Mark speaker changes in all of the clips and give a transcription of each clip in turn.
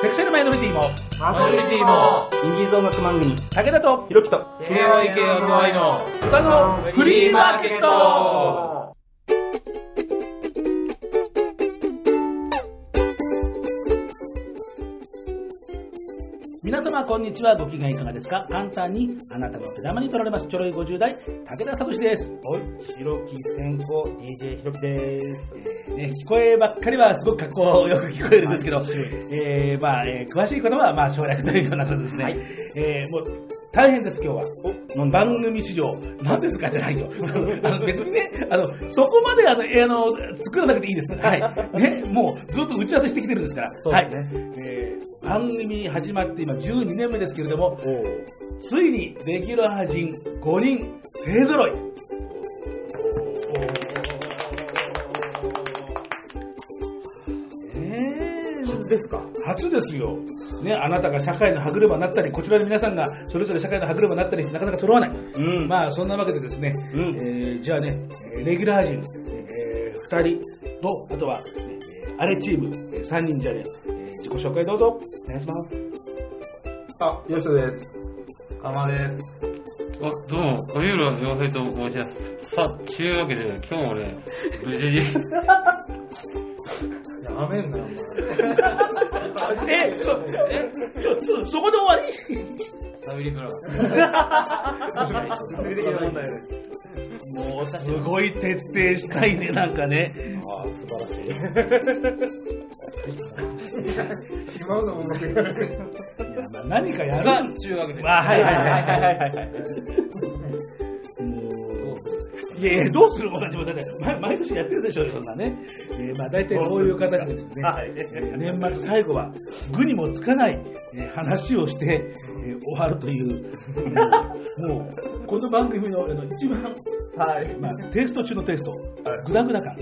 Speaker 1: クシャルマイノリティも、
Speaker 2: マ
Speaker 3: マジョリティも、
Speaker 4: インディーズ音楽番組、
Speaker 1: 武田と、
Speaker 4: ひろきと、
Speaker 3: KYKY の
Speaker 1: 歌のフリーマーケット皆様こんにちはご機嫌いかがですか簡単にあなたの手玉に取られますちょろい50代武田聡です、
Speaker 4: はい、ひろき先行 DJ ひろきです。
Speaker 1: えーね、聞こえばっかりはすごく格好よく聞こえるんですけど、えーまあえー詳しいことはまあ省略というようなことですね、えーもう大変です今日は
Speaker 4: なんだ
Speaker 1: 番組史上、何ですかじゃない よ。あの別にね、あの、そこまであの、えーあの、作らなくていいです。はい。ね、もうずっと打ち合わせしてきてるんですから。
Speaker 4: そうです
Speaker 1: はい。えー番組始まって今12年目ですけれども、
Speaker 4: おー
Speaker 1: ついにレギュラー陣5人勢揃い。
Speaker 4: 初ですか
Speaker 1: 初ですよ。ね、あなたが社会の歯車になったり、こちらの皆さんがそれぞれ社会の歯車になったりして、なかなか揃わない。
Speaker 4: うん
Speaker 1: まあ、そんなわけでですね、
Speaker 4: うん
Speaker 1: えーじゃあね、えーレギュラー陣、え2人と、あとは、えー、アレチーム、え3人じゃあね、えー自己紹介どうぞ。お願いします。
Speaker 2: あ、よしです。
Speaker 3: かまです。
Speaker 5: あ、どうも、神浦洋平と申します。さあ、ちゅうわけで、今日もね、無事に、
Speaker 3: やめんなよ、
Speaker 1: え、そ、え、そ、そこで終わり
Speaker 3: サビリから。
Speaker 4: 物理的な問題です。
Speaker 1: もう、すごい徹底したいね、なんかね。
Speaker 4: ああ、素晴らしい。
Speaker 2: しまうのも僕が。
Speaker 1: いやまあ何かやる。
Speaker 3: さあ、ちゅうわけで。
Speaker 1: まあ、はいはいはいはいはいはい。いやいや、どうするもんもだって、毎毎年やってるでしょ、そんなね。えー、まあ大体こういう形でですね、
Speaker 4: はい
Speaker 1: えー年末最後は、具にもつかない、えー話をして、えー終わるという、もう、もうこの番組のあの一番、
Speaker 2: はい。
Speaker 1: まあ、テスト中のテスト、グダグダ感。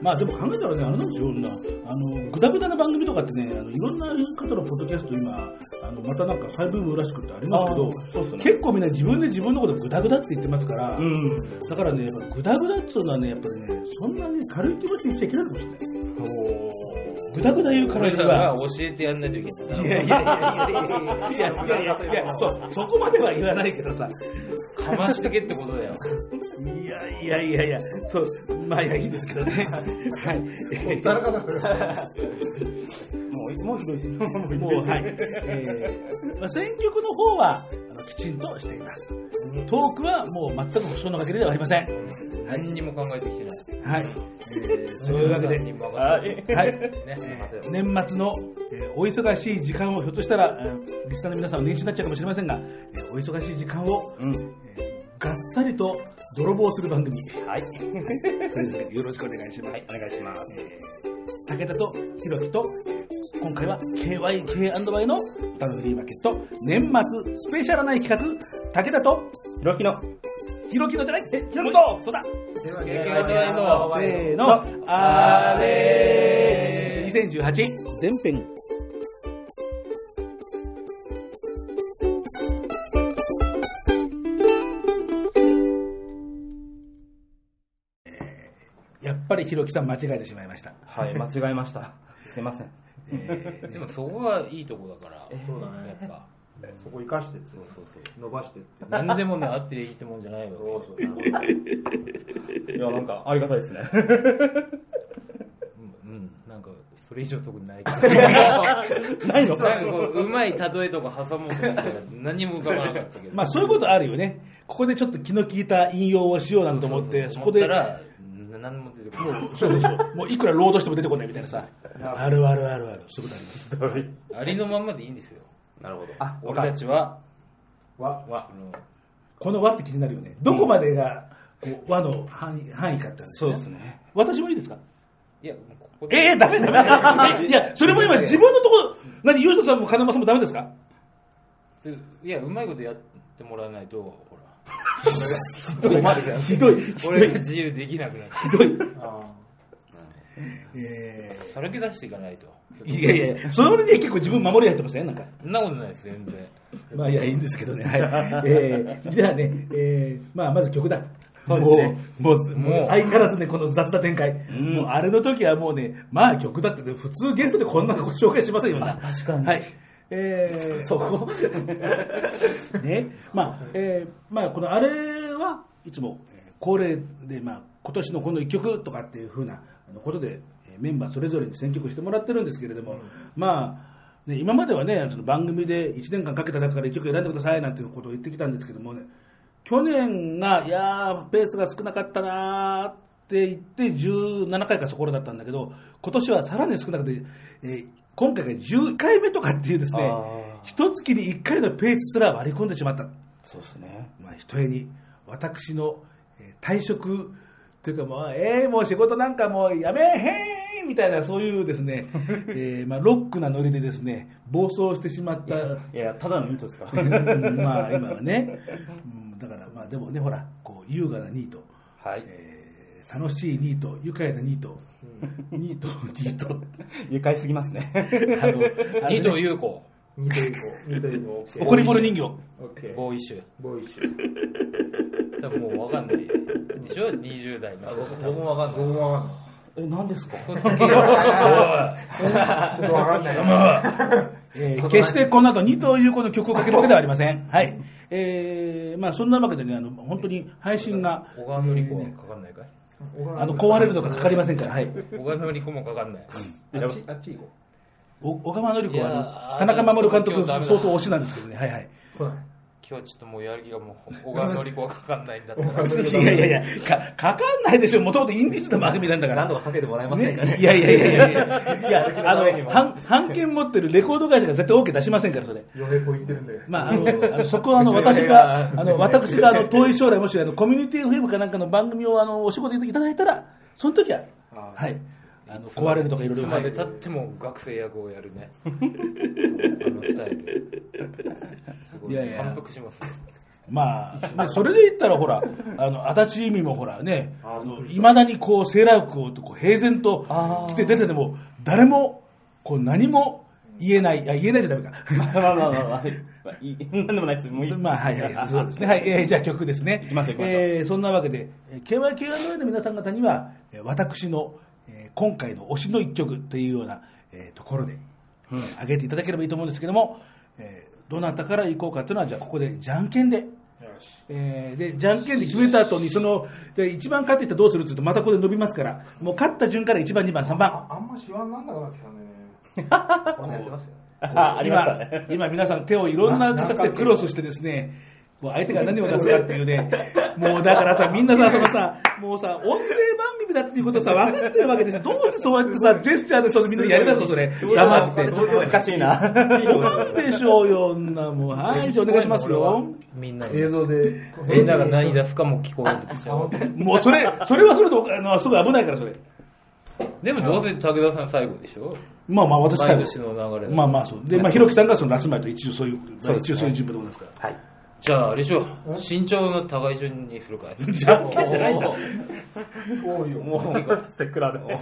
Speaker 1: まあでも考えたらね、あれなんですよ、みんな。あの、グダグダな番組とかってね、あのいろんな方のポッドキャスト今、あの、またなんか再ブームらしくってありますけど、
Speaker 4: そうっすね。
Speaker 1: 結構みんな自分で自分のことグダグダって言ってますから、
Speaker 4: うん。
Speaker 1: だからね、やっぱグダグダっていうのはね、やっぱりね、そんなに軽い気持ちにしちゃいけないかもしれない。グダグダ言う
Speaker 3: こ
Speaker 1: から
Speaker 3: れ
Speaker 1: に
Speaker 3: さ
Speaker 1: は
Speaker 3: が、教えてやんないといけないい。
Speaker 1: やいやいやいやいやいやいやいやいや、そう、そこまでは言わないけどさ、
Speaker 3: かましてけってことだよ。
Speaker 1: いやいやいやいや、そう、まあいや、いいんですけどね。はい。
Speaker 2: 誰かだ
Speaker 4: もう、もうひどいです。も
Speaker 1: もう、 はい。えーまあ、選曲の方は、あの、きちんとしています。トークはもう全く保証のわけではありません。
Speaker 3: 何にも考えてきてない。
Speaker 1: はい。えー、そういうわけで、
Speaker 3: 何にも任せて
Speaker 1: はい。
Speaker 3: ね、すいません。
Speaker 1: 年末の、えーお忙しい時間をひょっとしたら、えーリスナーの皆さんは年始になっちゃうかもしれませんが、えーお忙しい時間を、
Speaker 4: うん。
Speaker 1: えーがっさりと泥棒する番組、
Speaker 4: はい。
Speaker 1: それぞれよろしくお願いします。
Speaker 4: はい、お願いします。
Speaker 1: えー武田とひろきと、えー今回は KYK&Y の歌のフリーマーケット、年末スペシャルない企画、武田と
Speaker 4: ひろきの、
Speaker 1: ひろきのじゃない、え、ひろきと、そうだ、
Speaker 3: KYKY の
Speaker 1: せーの、あれー !2018
Speaker 4: 前編。
Speaker 1: やっぱりひろきさん間違えてしまいました。
Speaker 4: はい、間違えました。 すいません。
Speaker 3: でもそこがいいとこだから、
Speaker 2: そうだね
Speaker 3: やっぱ。
Speaker 2: そこ生かして、
Speaker 3: そうそうそう。
Speaker 2: 伸ばしてって。
Speaker 3: 何でもね、あってりゃいいってもんじゃないよ。
Speaker 4: いや、な んか、ありがたいですね。
Speaker 3: うんうん、なんか、それ以上特に ないけど。ないのなんかこう、うまい例えとか挟もうと思ったら何も浮かばなかったけど。
Speaker 1: まあそういうことあるよね。ここでちょっと気の利いた引用をしようなんて思って、そこ
Speaker 3: 思
Speaker 1: で
Speaker 3: った、ら、な何も出てこない。
Speaker 1: そうでしょ。 もういくらロードしても出てこないみたいなさ。あるあるあるある。そういうことあります。
Speaker 3: ありのまんまでいいんですよ。
Speaker 5: なるほど。
Speaker 4: あ、わ
Speaker 3: 俺
Speaker 4: か
Speaker 3: た
Speaker 4: る。
Speaker 3: ちは、
Speaker 2: わ、
Speaker 3: わ、その
Speaker 1: この和って気になるよね。どこまでが、こう和の範囲範囲かって話、
Speaker 4: そうです。ね。
Speaker 1: 私もいいですか
Speaker 3: いや、もうここ
Speaker 1: ええー、ダメダ メ。いや、それも今自分のところ、何、吉野さんも金間さんもダメですか
Speaker 3: ちょいや、うまいことやってもらわないと、ほら。
Speaker 1: ひどい。
Speaker 3: 俺が自由できなくなって。
Speaker 2: あ
Speaker 1: え
Speaker 3: さらけ出していかないと。
Speaker 1: ーいやいやいや、その割には結構自分守りやってません、なんか。
Speaker 3: そんなことないです、全然。
Speaker 1: まあいや、いいんですけどね。はい。えー、じゃあね、えー、まあまず曲だ。
Speaker 4: そうですね。
Speaker 1: もう、もう、
Speaker 3: も
Speaker 1: も
Speaker 3: う
Speaker 1: う相変わらずね、この雑な展開。
Speaker 4: ん
Speaker 1: もう、あれの時はもうね、まあ曲だってね、普通ゲストでこんなのご紹介しませんよ
Speaker 4: あ、
Speaker 1: ね。
Speaker 4: 確かに。
Speaker 1: はい。えー、そ こね、まあ、えー、まあ、このあれはいつもえー恒例で、まあ、今年のこの一曲とかっていうふうなあのことで、えーメンバーそれぞれに選曲してもらってるんですけれども、まあ、ね、今まではね、その番組で1年間かけた中から1曲選んでくださいなんていうことを言ってきたんですけどもね、去年が、いやー、ペースが少なかったなーって言って、17回かそこらだったんだけど、今年はさらに少なくて、えー今回が10回目とかっていうですね
Speaker 4: あ、
Speaker 1: 一月に1回のペースすら割り込んでしまった。
Speaker 4: そうですね。
Speaker 1: まあ、ひとえに私のえー退職というか、まあ、えー、もう仕事なんかもうやめへんみたいな、そういうですね、 えーまあ、ロックなノリでですね、暴走してしまった、
Speaker 4: いや、ただのニートですか。
Speaker 1: うんまあ、今はね、うんだから、まあ、でもね、ほら、こう、優雅なニート、
Speaker 4: はい。
Speaker 1: えー楽しいニート、愉快なニート、ニート、ニート、
Speaker 4: 愉快すぎますね。
Speaker 1: あの、あの
Speaker 3: 二
Speaker 1: ね
Speaker 3: と優子、
Speaker 2: ニトリゴ、ニトリゴ、OK
Speaker 1: 怒り物人形。
Speaker 2: オッケー。
Speaker 3: ボーイッシュ。
Speaker 2: ボーイッシュ。
Speaker 3: 多分もうわかんないでしょ ?20 代の人
Speaker 2: 僕もわかんない。僕もわかんない。
Speaker 4: え、何ですか
Speaker 3: これだけが
Speaker 2: ちょっとわかんない。
Speaker 1: えー決してこの後2というこの曲をかけるわけではありません。はい。えー、まあそんなわけでね、あの、本当に配信が、
Speaker 3: 小川のりこはかかんないかい
Speaker 1: あの、壊れるのかかかりませんから、はい。
Speaker 3: 小川のりこもかかんない。
Speaker 2: あっち、あっち行こ
Speaker 1: お小川紀子
Speaker 3: いや
Speaker 1: は、
Speaker 3: ー
Speaker 1: あの、田中守監督
Speaker 3: 今日ダメだ
Speaker 1: 相当推しなんですけどね、はいはい。
Speaker 2: う。来ない。
Speaker 3: 今日ちょっともうやる気がもう、小川のりこはかかんないんだって。
Speaker 1: いやいやいや、か、かかんないでしょ、もともとインディーズの番組なんだから。
Speaker 6: 何度かかけてもらえませんかね
Speaker 1: ね、 いやいやいやいやいや、いや、あの、版版権持ってるレコード会社が絶対 OK 出しませんから、それ。
Speaker 2: ヨヘコ言ってるんだよ。
Speaker 1: まあ、あの、あのそこはあの、私が、あの、私が、あの、遠い将来、もし、あの、コミュニティ FM かなんかの番組を、あの、お仕事いただいたら、その時は、
Speaker 2: あー
Speaker 1: はい、あの、壊れるとかいろい
Speaker 3: い
Speaker 1: ろ
Speaker 3: つ
Speaker 1: は
Speaker 3: ま
Speaker 1: い
Speaker 3: で経っても学生役をやるね。あのスタイル。すご
Speaker 1: いやい
Speaker 3: い。
Speaker 1: や
Speaker 3: 感服します。
Speaker 1: まあ、まあ、それで言ったら、ほら、あの、足立由美もほらね、
Speaker 2: あ
Speaker 1: あの、いまだにこう、セーラー服をこう平然と着て出てても、誰も、こう、何も言えない、いや、言えないじゃダメか。
Speaker 4: まあまあまあまあ、はい。まあ、いい。 何でもないです。もういい。
Speaker 1: まあ、はいはい、そうですね。はい、えーじゃあ曲ですね。
Speaker 4: きましょう行きましょう
Speaker 1: えーそんなわけで、KYKY の皆さん方には、えー私の、えー今回の推しの一曲というような、えーところで、上げていただければいいと思うんですけども、えーどなたから行こうかというのは、じゃあここで、じゃんけんで。えーで、じゃんけんで決めた後に、その、で一番勝っていったらどうするって言うと、またここで伸びますから、もう勝った順から1番、2番、3番。
Speaker 2: ああんまシワになんなくなってきたね。
Speaker 6: こんなやってましたよね
Speaker 4: あ、ありましたね。
Speaker 1: 今、今皆さん手をいろんな形でクロスしてですね、こう相手が何を出すかっていうね、もうだからさ、みんなさ、そのさ、もうさ、音声番組だっていうことさ、分かってるわけですよ。どうしてそうやってさ、ジェスチャーでそれみんなやりだすの、それ。黙って。
Speaker 4: ちょっと難しいな。
Speaker 1: おか んでしょうよ、女もう。はい、じゃあお願いしますよ。
Speaker 3: みんな
Speaker 2: 映
Speaker 3: に。
Speaker 2: 像で。
Speaker 3: みんなが何出すかも聞こえるでしょ。
Speaker 1: もうそれ、それはそれで、あの、すごい危ないから、それ。
Speaker 3: でもどうせ武田さん最後でしょ
Speaker 1: まあまあ、私
Speaker 3: 毎年の流れ
Speaker 1: まあまあ、そう。で、まあ、ひろきさんがそのラスマイと一応そういう、まあ一応そういう順番でございますから。
Speaker 3: じゃああれでしょ身長の高い順にするかい
Speaker 1: じゃんけんじゃないんだ
Speaker 3: おー
Speaker 2: 多いよ。も
Speaker 4: もう、ステックラーでも。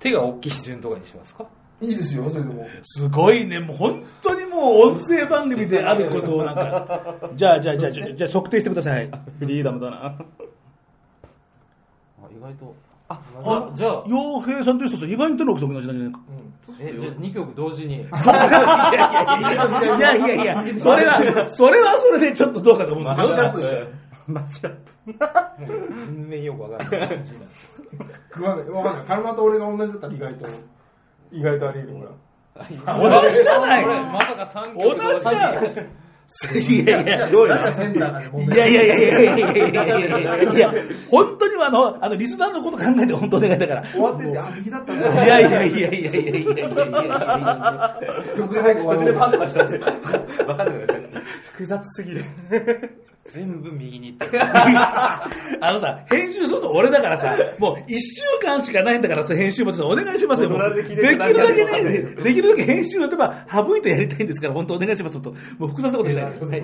Speaker 3: 手が大きい順とかにしますか
Speaker 2: う、いいですよ、それでも。
Speaker 1: すごいね、もう本当にもう音声番組であることをなんか、じゃあ、じゃあ、じゃあ、じゃあ、じゃあ測定してください。
Speaker 4: フリーダムだな。
Speaker 6: あ意外と
Speaker 1: あ
Speaker 3: じゃあ
Speaker 1: 洋平さんという人、意外に手の不足なんじゃないか。
Speaker 3: えじゃあ2曲同時に
Speaker 1: いやいやいや、それは、それはそれでちょっとどうかと思うんですよ。
Speaker 4: マジだ。
Speaker 3: 全然よくわかんない感じになる
Speaker 2: 食わない。わかんない。カルマと俺が同じだったら意外と、意外とあり得る
Speaker 1: 同じじゃな
Speaker 3: これ
Speaker 1: い
Speaker 3: まさか3曲
Speaker 1: 同
Speaker 3: 同
Speaker 1: じ
Speaker 3: 時
Speaker 1: じゃん
Speaker 3: に
Speaker 1: いやいや、どう
Speaker 2: 俺ら。センターがね、もう
Speaker 1: いやいやいやいやいやいやいやいやいや、本当にあの、あの、リスナーのこと考えて本当お願いだから。
Speaker 2: 終わってって、あ、右だ ったん
Speaker 1: い
Speaker 2: だ。
Speaker 1: やいやいやいやいやいやいやいやいや。
Speaker 2: 曲で早く終わ
Speaker 6: 途中でパン
Speaker 2: る。
Speaker 6: とかしたって分かんなくなっち
Speaker 4: 複雑すぎる。
Speaker 3: 全部右に行ってる
Speaker 1: あのさ、編集すると俺だからさ、もう一週間しかないんだからさ、編集もさ、お願いしますよ。も
Speaker 4: もう
Speaker 1: う
Speaker 4: なる
Speaker 1: で
Speaker 4: べ
Speaker 1: き
Speaker 4: き
Speaker 1: る
Speaker 4: ね
Speaker 1: だけね、できるだけ編集の手間省いてやりたいんですから、本当お願いします。本当もう複雑なことしないで。はい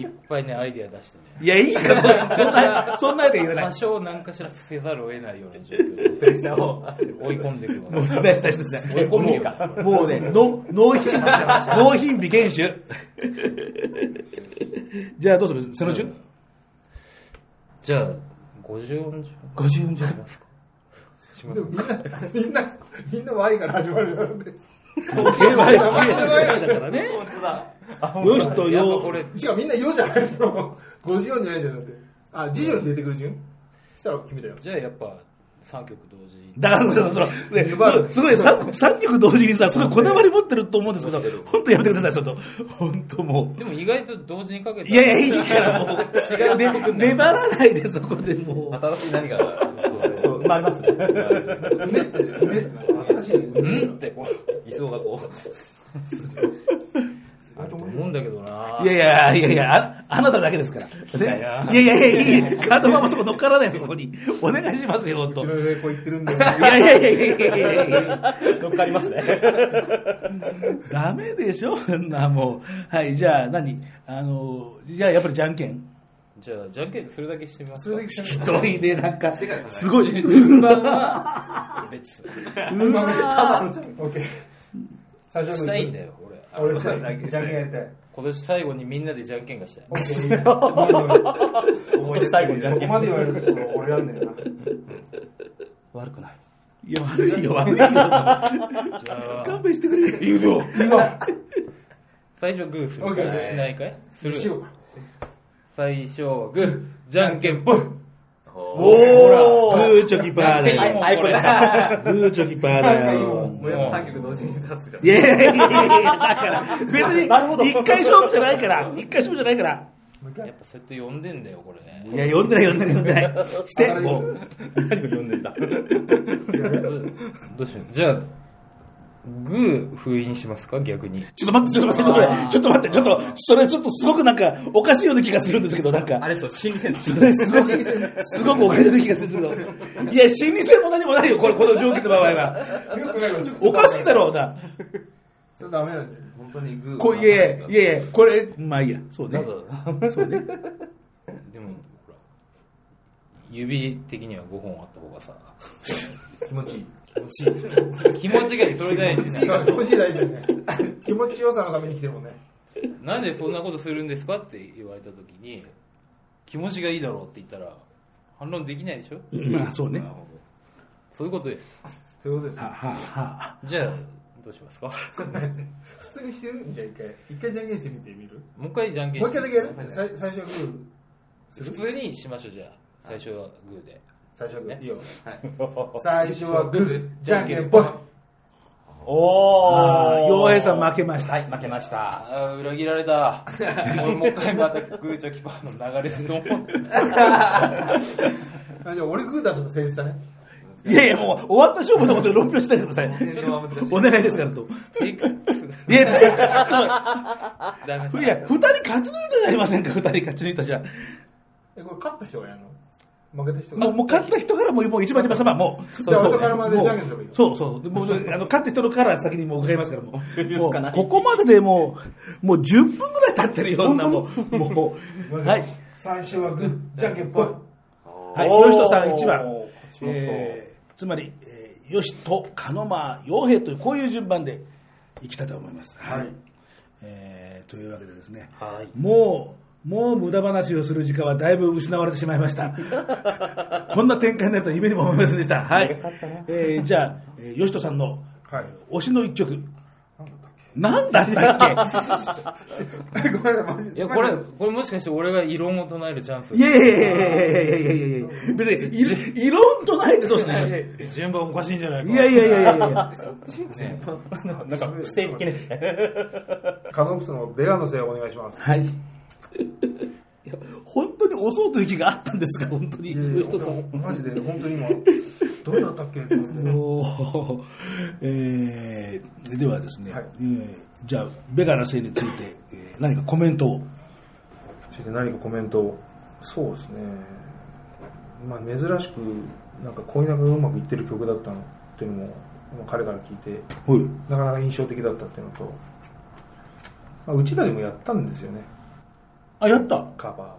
Speaker 3: いっぱいねアイディア出してね
Speaker 1: いや、いいから、そんな、そんなやついらない
Speaker 3: 多。少何かしらせざるを得ないような状況
Speaker 6: プレッシャーを
Speaker 3: 追い込んでいく
Speaker 1: もう、
Speaker 3: わ
Speaker 1: しないしないしないしない。
Speaker 3: 追い込
Speaker 1: も
Speaker 3: むか
Speaker 1: う、もうね、の納品、納品美研修。じゃあ、どうするその順
Speaker 3: うんじゃあ、50音順
Speaker 4: 50じゃ
Speaker 3: ますか。します
Speaker 2: でもみんな、みんな、みんな Y から始まるよで。
Speaker 1: 平和やだからね。よしと
Speaker 3: やっぱ
Speaker 1: よ
Speaker 3: こ。れ、
Speaker 2: しかもみんな4じゃないでしょ。54じゃないじゃんだって。あ、次女に出てくる順そしたら君だよ。
Speaker 3: じゃあやっぱ3曲同時。
Speaker 1: だからそのね
Speaker 2: 粘る
Speaker 1: すごい 3, 三曲同時にさ、すごいこだわり持ってると思うんですけど、本当やめてください、ちょっと。本当も
Speaker 3: でも意外と同時にかけ
Speaker 1: う。
Speaker 3: た
Speaker 1: いやいや、いいからもう。
Speaker 3: 違う曲になる
Speaker 1: 粘らないで、そこでもう。
Speaker 6: 新しい何かが、
Speaker 4: そう、まあありますね。
Speaker 2: うねって、うねって。新しいね。
Speaker 3: うんってこう、
Speaker 6: 理想がこ う。
Speaker 2: あと
Speaker 3: と
Speaker 2: 思う
Speaker 3: 思うんだけどない
Speaker 1: やいや、いやいや、ああなただけですから。いやいやいやいやいや、頭もそこ乗っから ないで、そこに。お願いしますよ、ほんと。
Speaker 2: う
Speaker 1: い
Speaker 2: ちの上こう言ってるんだよ。
Speaker 1: やいやいやいやいやいやいや。
Speaker 4: 乗っかりますね。
Speaker 1: ダメでしょ、そんなもう。はい、じゃあ何あの、じゃあやっぱりじゃんけん。
Speaker 3: じゃあ、じゃんけんそれだけしてみます
Speaker 2: それだけしかない
Speaker 1: 一人でなんか、すごい。
Speaker 3: 順番は、別。
Speaker 2: うまくただのじゃん。オッケー。最初の
Speaker 3: したいんだ。よ、 俺。あ
Speaker 2: 俺したい。じゃんけんやりたい。
Speaker 3: 今年最後にみんなでじゃんけん がしたい。
Speaker 2: オッケーいいよ。こ
Speaker 4: 思い出最後にじゃんけ
Speaker 2: こ
Speaker 4: ん。
Speaker 2: まで言われると俺やんねんな。
Speaker 4: 悪くない。
Speaker 1: 悪いよ、悪いよ。
Speaker 3: じゃあ
Speaker 1: 勘、弁してくれ。言うぞ。
Speaker 3: 最初グーす
Speaker 2: オ
Speaker 3: る
Speaker 2: ッケ
Speaker 3: か
Speaker 2: ー
Speaker 3: しないかいす
Speaker 2: しよ
Speaker 3: る。
Speaker 2: うか。
Speaker 3: 最初はグー、じゃんけんぽん。
Speaker 1: お
Speaker 4: ほ
Speaker 1: ー、グーチョキパーだ
Speaker 4: あ
Speaker 1: よ。
Speaker 4: いこでした。
Speaker 1: グーチョキパーだよ。
Speaker 6: もうやっぱ3曲同時に立つから
Speaker 1: い。やいやいやいやだから、別に、
Speaker 4: なるほど
Speaker 1: 一回勝負じゃないから、一回勝負じゃないから。
Speaker 2: もう一
Speaker 3: やっ
Speaker 2: 回。
Speaker 3: ぱそうやって呼んでんだよ、こ
Speaker 1: い
Speaker 3: れ。
Speaker 1: や、読んでない、読んでない、読んでない。して、もう。
Speaker 4: 何を読んでんだ。
Speaker 3: どうどうしよう。じゃあ、グー封印しますか逆に。
Speaker 1: ちょっと待って、ちょっと待って、ちょっと待って、ちょっと待って、ちょっと、それちょっとすごくなんか、おかしいような気がするんですけど、なんか。
Speaker 4: あれ、そう、新鮮
Speaker 1: それすごく、すごくおかしいような気がするんですけ ど。いや、心理性も何もないよ、これ、この状況の場合は。
Speaker 2: よくないわちょっと
Speaker 1: おかしいだろうな。
Speaker 2: それダメなんだよ。
Speaker 6: 本当にグー。
Speaker 1: こういやいや、いやいや、これ、まあいいや、そうね。
Speaker 3: でも、ほら、指的には5本あった方がさ、
Speaker 2: 気持ちいい。
Speaker 3: 気持ちがいい、それ大事
Speaker 2: 気
Speaker 3: じゃん
Speaker 2: 持ちいい大事だよね。気持ちよさのために来てるもんね。
Speaker 3: なんでそんなことするんですかって言われた時に、気持ちがいいだろうって言ったら、反論できないでしょ
Speaker 1: まあ、そうね
Speaker 3: な。るほどそういうことです。
Speaker 2: そういうことです
Speaker 1: はあ、
Speaker 2: よ。
Speaker 1: はあ、は
Speaker 3: じゃあ、どうしますか
Speaker 2: 普通にしてるんじゃあ一回。一回じゃんけんしてみてみる
Speaker 3: もう一回じゃんけん
Speaker 2: もう一回だけやる
Speaker 3: はい
Speaker 2: さい最初はグー。
Speaker 3: 普通にしましょう、じゃあ。最初はグーで。
Speaker 2: 最初はグー。
Speaker 3: ね
Speaker 2: いいよ。最初はグー。じゃんけんぽん。
Speaker 1: あ
Speaker 4: おー。
Speaker 1: 洋平さん負けました。
Speaker 4: はい、負けました。
Speaker 3: ああ、裏切られ た。俺もう一回またグーチョキパーの流れで思う。
Speaker 2: あじゃあ俺グー出すの先したね。
Speaker 1: いやいや、もう、終わった勝負のことで論評しないでください。
Speaker 6: ちょっと難しい。
Speaker 1: お願いですからと。
Speaker 3: テイク
Speaker 1: いや、いやちょっと
Speaker 3: ダメだ
Speaker 1: いや、二人勝ち抜いたじゃありませんか、二人勝ち抜いたじゃん。
Speaker 2: え、これ勝った人がやるの負けた人が。
Speaker 1: もう、もう勝った人からもう、もう一番一番様、もう。
Speaker 2: じゃあ
Speaker 1: そう
Speaker 2: 俺からまで
Speaker 1: もう
Speaker 2: じゃんけんすればいいよ
Speaker 1: そうそう。でもう、あの、勝った人から先にもう伺いますから、も う。も
Speaker 4: つかな
Speaker 1: う
Speaker 4: い
Speaker 1: ここまででもう、もう10分ぐらい経ってるような、 もう、もう。はい。
Speaker 2: 最初はグー。じゃんけんぽん。
Speaker 1: はい、
Speaker 4: おー
Speaker 1: よしとさん1番
Speaker 4: こっ。ちの人
Speaker 1: えーつまり、えーよしと、かのま、ようへいという、こういう順番でいきたいと思います。はい。えーというわけでですね、
Speaker 4: はい
Speaker 1: もう、もう無駄話をする時間はだいぶ失われてしまいました。こんな展開になるとは夢にも思いませんでした。はい。えーじゃあ、えーよしとさんの、
Speaker 2: はい
Speaker 1: 推しの一曲。なんだったっけ
Speaker 2: ごめんマジ
Speaker 3: いや、これ、これもしかして俺が異論を唱えるチャンス。
Speaker 1: いやいやいやいやいやいやいやいや別に、い異論とないでどうするんですか
Speaker 3: 順番おかしいんじゃないか。
Speaker 1: いやいやいやいやいや。
Speaker 4: なんか、不正的ですね。
Speaker 2: カノプスのベガのせいをお願いしま す。
Speaker 1: はい。本当に押そうという気があったんですか、本当に。
Speaker 2: いやマジで、本当に今、どうだったっけって
Speaker 1: おーえーではですね、
Speaker 2: はい
Speaker 1: えーじゃあ、ベガな性について、えー何かコメントを。
Speaker 2: そして何かコメントをそうですねまあ珍しくなんか恋仲がうまくいってる曲だったのっていうのもまあ彼から聞いて
Speaker 1: はい。
Speaker 2: なかなか印象的だったっていうのと、まあ、うちらでもやったんですよね
Speaker 1: あ、やった。
Speaker 2: カバ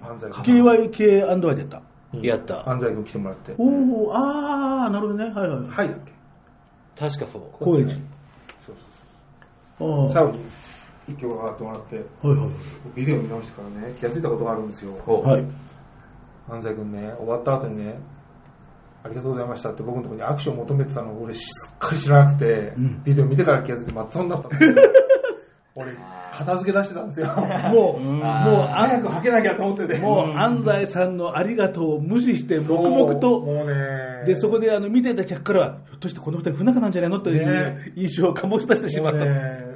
Speaker 2: ーを犯罪
Speaker 1: KYK&Y でやった。
Speaker 3: やった。
Speaker 2: 犯罪君来てもらって「
Speaker 1: おおあー、なるほどね。はいはい。
Speaker 2: はい」だっけ
Speaker 3: 確かそう。
Speaker 1: 高円寺。
Speaker 2: そうそ
Speaker 1: あ
Speaker 2: うそう
Speaker 1: ー
Speaker 2: 最後に一曲上がってもらって
Speaker 1: はいはい。
Speaker 2: ビデオ見直してからね気がついたことがあるんですよ
Speaker 1: はい。
Speaker 2: あ安西君ね、終わった後にね、ありがとうございましたって僕のところに握手を求めてたのを俺すっかり知らなくて、
Speaker 1: うん
Speaker 2: ビデオ見てから気がついて真っ青になったの 俺、片付け出してたんですよ。
Speaker 1: もう、もう、
Speaker 2: 早
Speaker 1: あ
Speaker 2: く履けなきゃと思ってて。
Speaker 1: もう安西さんのありがとうを無視して、
Speaker 2: そう
Speaker 1: 黙々と、
Speaker 2: もうね、
Speaker 1: で、そこであの見てた客からは、ひょっとしてこの二人不仲なんじゃないのという
Speaker 2: ね
Speaker 1: 印象を醸し出してしまった。
Speaker 2: もうね、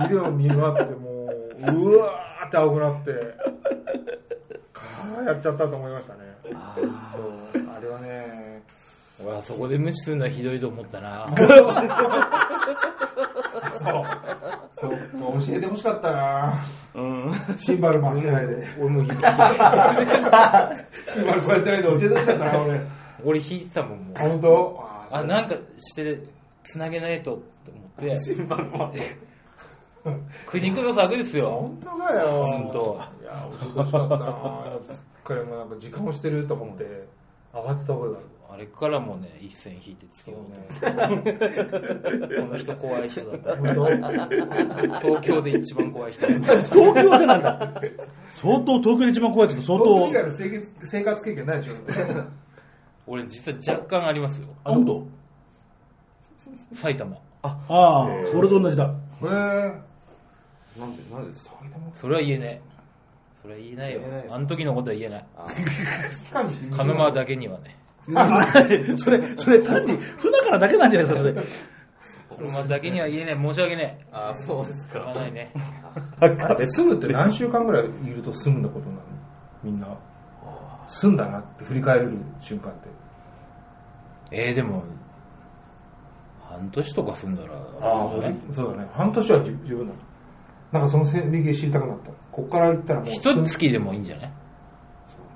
Speaker 2: ビデオ見るわってもう、うわーって青くなって、かーやっちゃったと思いましたね。そうあれはね、
Speaker 3: 俺はそこで無視するのはひどいと思った な。
Speaker 2: そう、教えてほしかったなシンバル回してないで。
Speaker 3: 俺もう引いてた。
Speaker 2: シンバルこうやってないで教えてほしかったな、俺。
Speaker 3: 俺引いてたもん、もう。
Speaker 2: 本当
Speaker 3: あ、なんかして、つなげないと、と思って。シンバルも。苦肉の策ですよ。
Speaker 2: 本当かよ。
Speaker 3: 本当
Speaker 2: いや、教えてほしかったなすっかりもうなんか時間をしてると思って、慌てた覚えがある。
Speaker 3: あれからもね、一線引いてつけようと思って。この人怖い人だった。東京で一番怖い人だった。
Speaker 1: 東京でなんだ。相当東京で一番怖いですけど、相
Speaker 2: 東京以
Speaker 1: 当。
Speaker 2: 外の生活生活経験ないで しょ。
Speaker 3: 俺実は若干ありますよ。
Speaker 1: あ、本当
Speaker 3: 埼玉。あ、
Speaker 1: ああ、俺と同じだ。
Speaker 2: えー
Speaker 6: なんで、なんでですか
Speaker 3: それは言えねえ。それは言えないよ
Speaker 2: 言えないで。す
Speaker 3: あの時のことは言えない。
Speaker 2: 期間にして
Speaker 3: 鹿沼だけにはね。
Speaker 1: それ、それ単に不仲なだけなんじゃないですか、それ。
Speaker 3: 鹿沼だけには言えない。申し訳ねえ。
Speaker 6: あ、そうです
Speaker 3: 言わ
Speaker 6: か。
Speaker 3: ないね。
Speaker 2: あれ住むって何週間ぐらいいると住んだことなのみんな住んだなって振り返る瞬間って
Speaker 3: えー、でも、半年とか住んだら、
Speaker 2: そうだねそうだね半年は自自分なのなんかその線引き知りたくなったこっから行ったらもう
Speaker 3: 一
Speaker 2: 住む
Speaker 3: 月でもいいんじゃない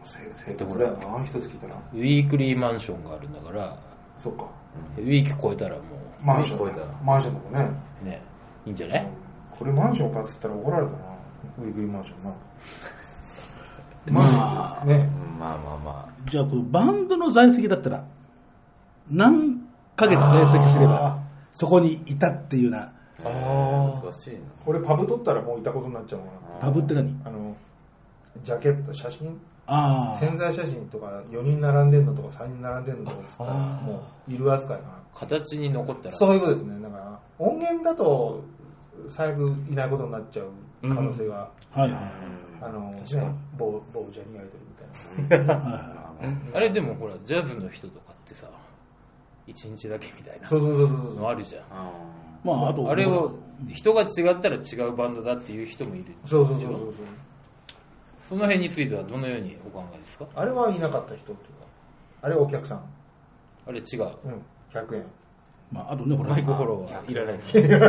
Speaker 2: せ生活だよな一つ聞いたら
Speaker 3: ウィークリーマンションがあるんだから、
Speaker 2: そっか
Speaker 3: ウィーク超えたらも
Speaker 2: マンショ
Speaker 6: 超え
Speaker 2: ン
Speaker 6: た
Speaker 2: だ
Speaker 6: ら
Speaker 2: マンションだもんね
Speaker 3: う、ね、いいんじゃない
Speaker 2: これマンションかっつったら怒られたなウィークリーマンションな
Speaker 6: まあ、
Speaker 2: ね
Speaker 6: うんまあまあま
Speaker 1: じゃあ、このバンドの在籍だったら、何ヶ月在籍すれば、そこにいたっていうような、
Speaker 6: あ。ああ。難しいな。
Speaker 2: 俺パブ取ったらもういたことになっちゃうかな
Speaker 1: タブって何
Speaker 2: あのジャケット写真
Speaker 1: あ
Speaker 2: 潜在写真とか4人並んでんのとか3人並んでんのとかつったらもういる扱いかな
Speaker 3: 形に残ったら、
Speaker 2: そういうことですねだから音源だと最悪いないことになっちゃう可能性が、
Speaker 1: あ、はいはい
Speaker 2: あのね某某ジャニーアイドルみたいな
Speaker 1: は
Speaker 3: あれでもほら、ジャズの人とかってさ、一日だけみたいな
Speaker 2: そうそうそうそう
Speaker 3: のあるじゃん。
Speaker 1: い。まあ、あと、
Speaker 3: あれを、人が違ったら違うバンドだっていう人もいる。
Speaker 2: そうそうそうそうそう
Speaker 3: その辺についてはどのようにお考えですか
Speaker 2: あれはいなかった人っていうかあれお客さん、
Speaker 3: あれ違う。
Speaker 2: うん、100円
Speaker 1: まあ、あとね、ほら
Speaker 3: マイ、クフォローはいらない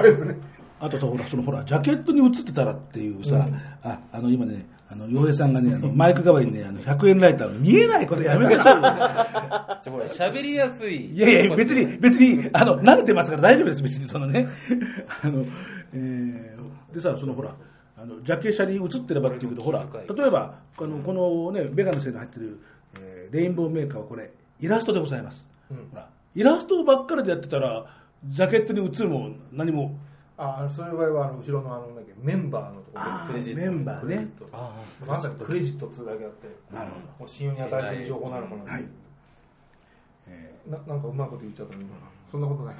Speaker 3: です。
Speaker 1: あとさ、ほら、そのほら、ジャケットに映ってたらっていうさ、あ、あの、今ね、あの、洋平さんがね、あのマイク代わりにね、あの、100円ライターを見えないことやめてくだ さ
Speaker 3: じゃあほら、喋りやすい。
Speaker 1: い。いやいや、別に、別に、あの、慣れてますから大丈夫です、別に、そのね。あの、えー、でさ、そのほら、あの、ジャケ写に映ってればっていうけど、ほら、例えば、あの、このね、ベガのせいに入ってる、えーレインボーメーカーはこれ、イラストでございます。ほら、イラストばっかりでやってたら、ジャケットに映るも何も、
Speaker 2: ああそういう場合はあの後ろのあのなんだっけメンバーのところ
Speaker 1: メンバーね。
Speaker 2: まさにクレジットっつうだけあって、
Speaker 1: なるほ
Speaker 2: もう信用に値する情報なのかな、
Speaker 1: はい
Speaker 2: えーななんかうまいこと言っちゃったね今そんなことない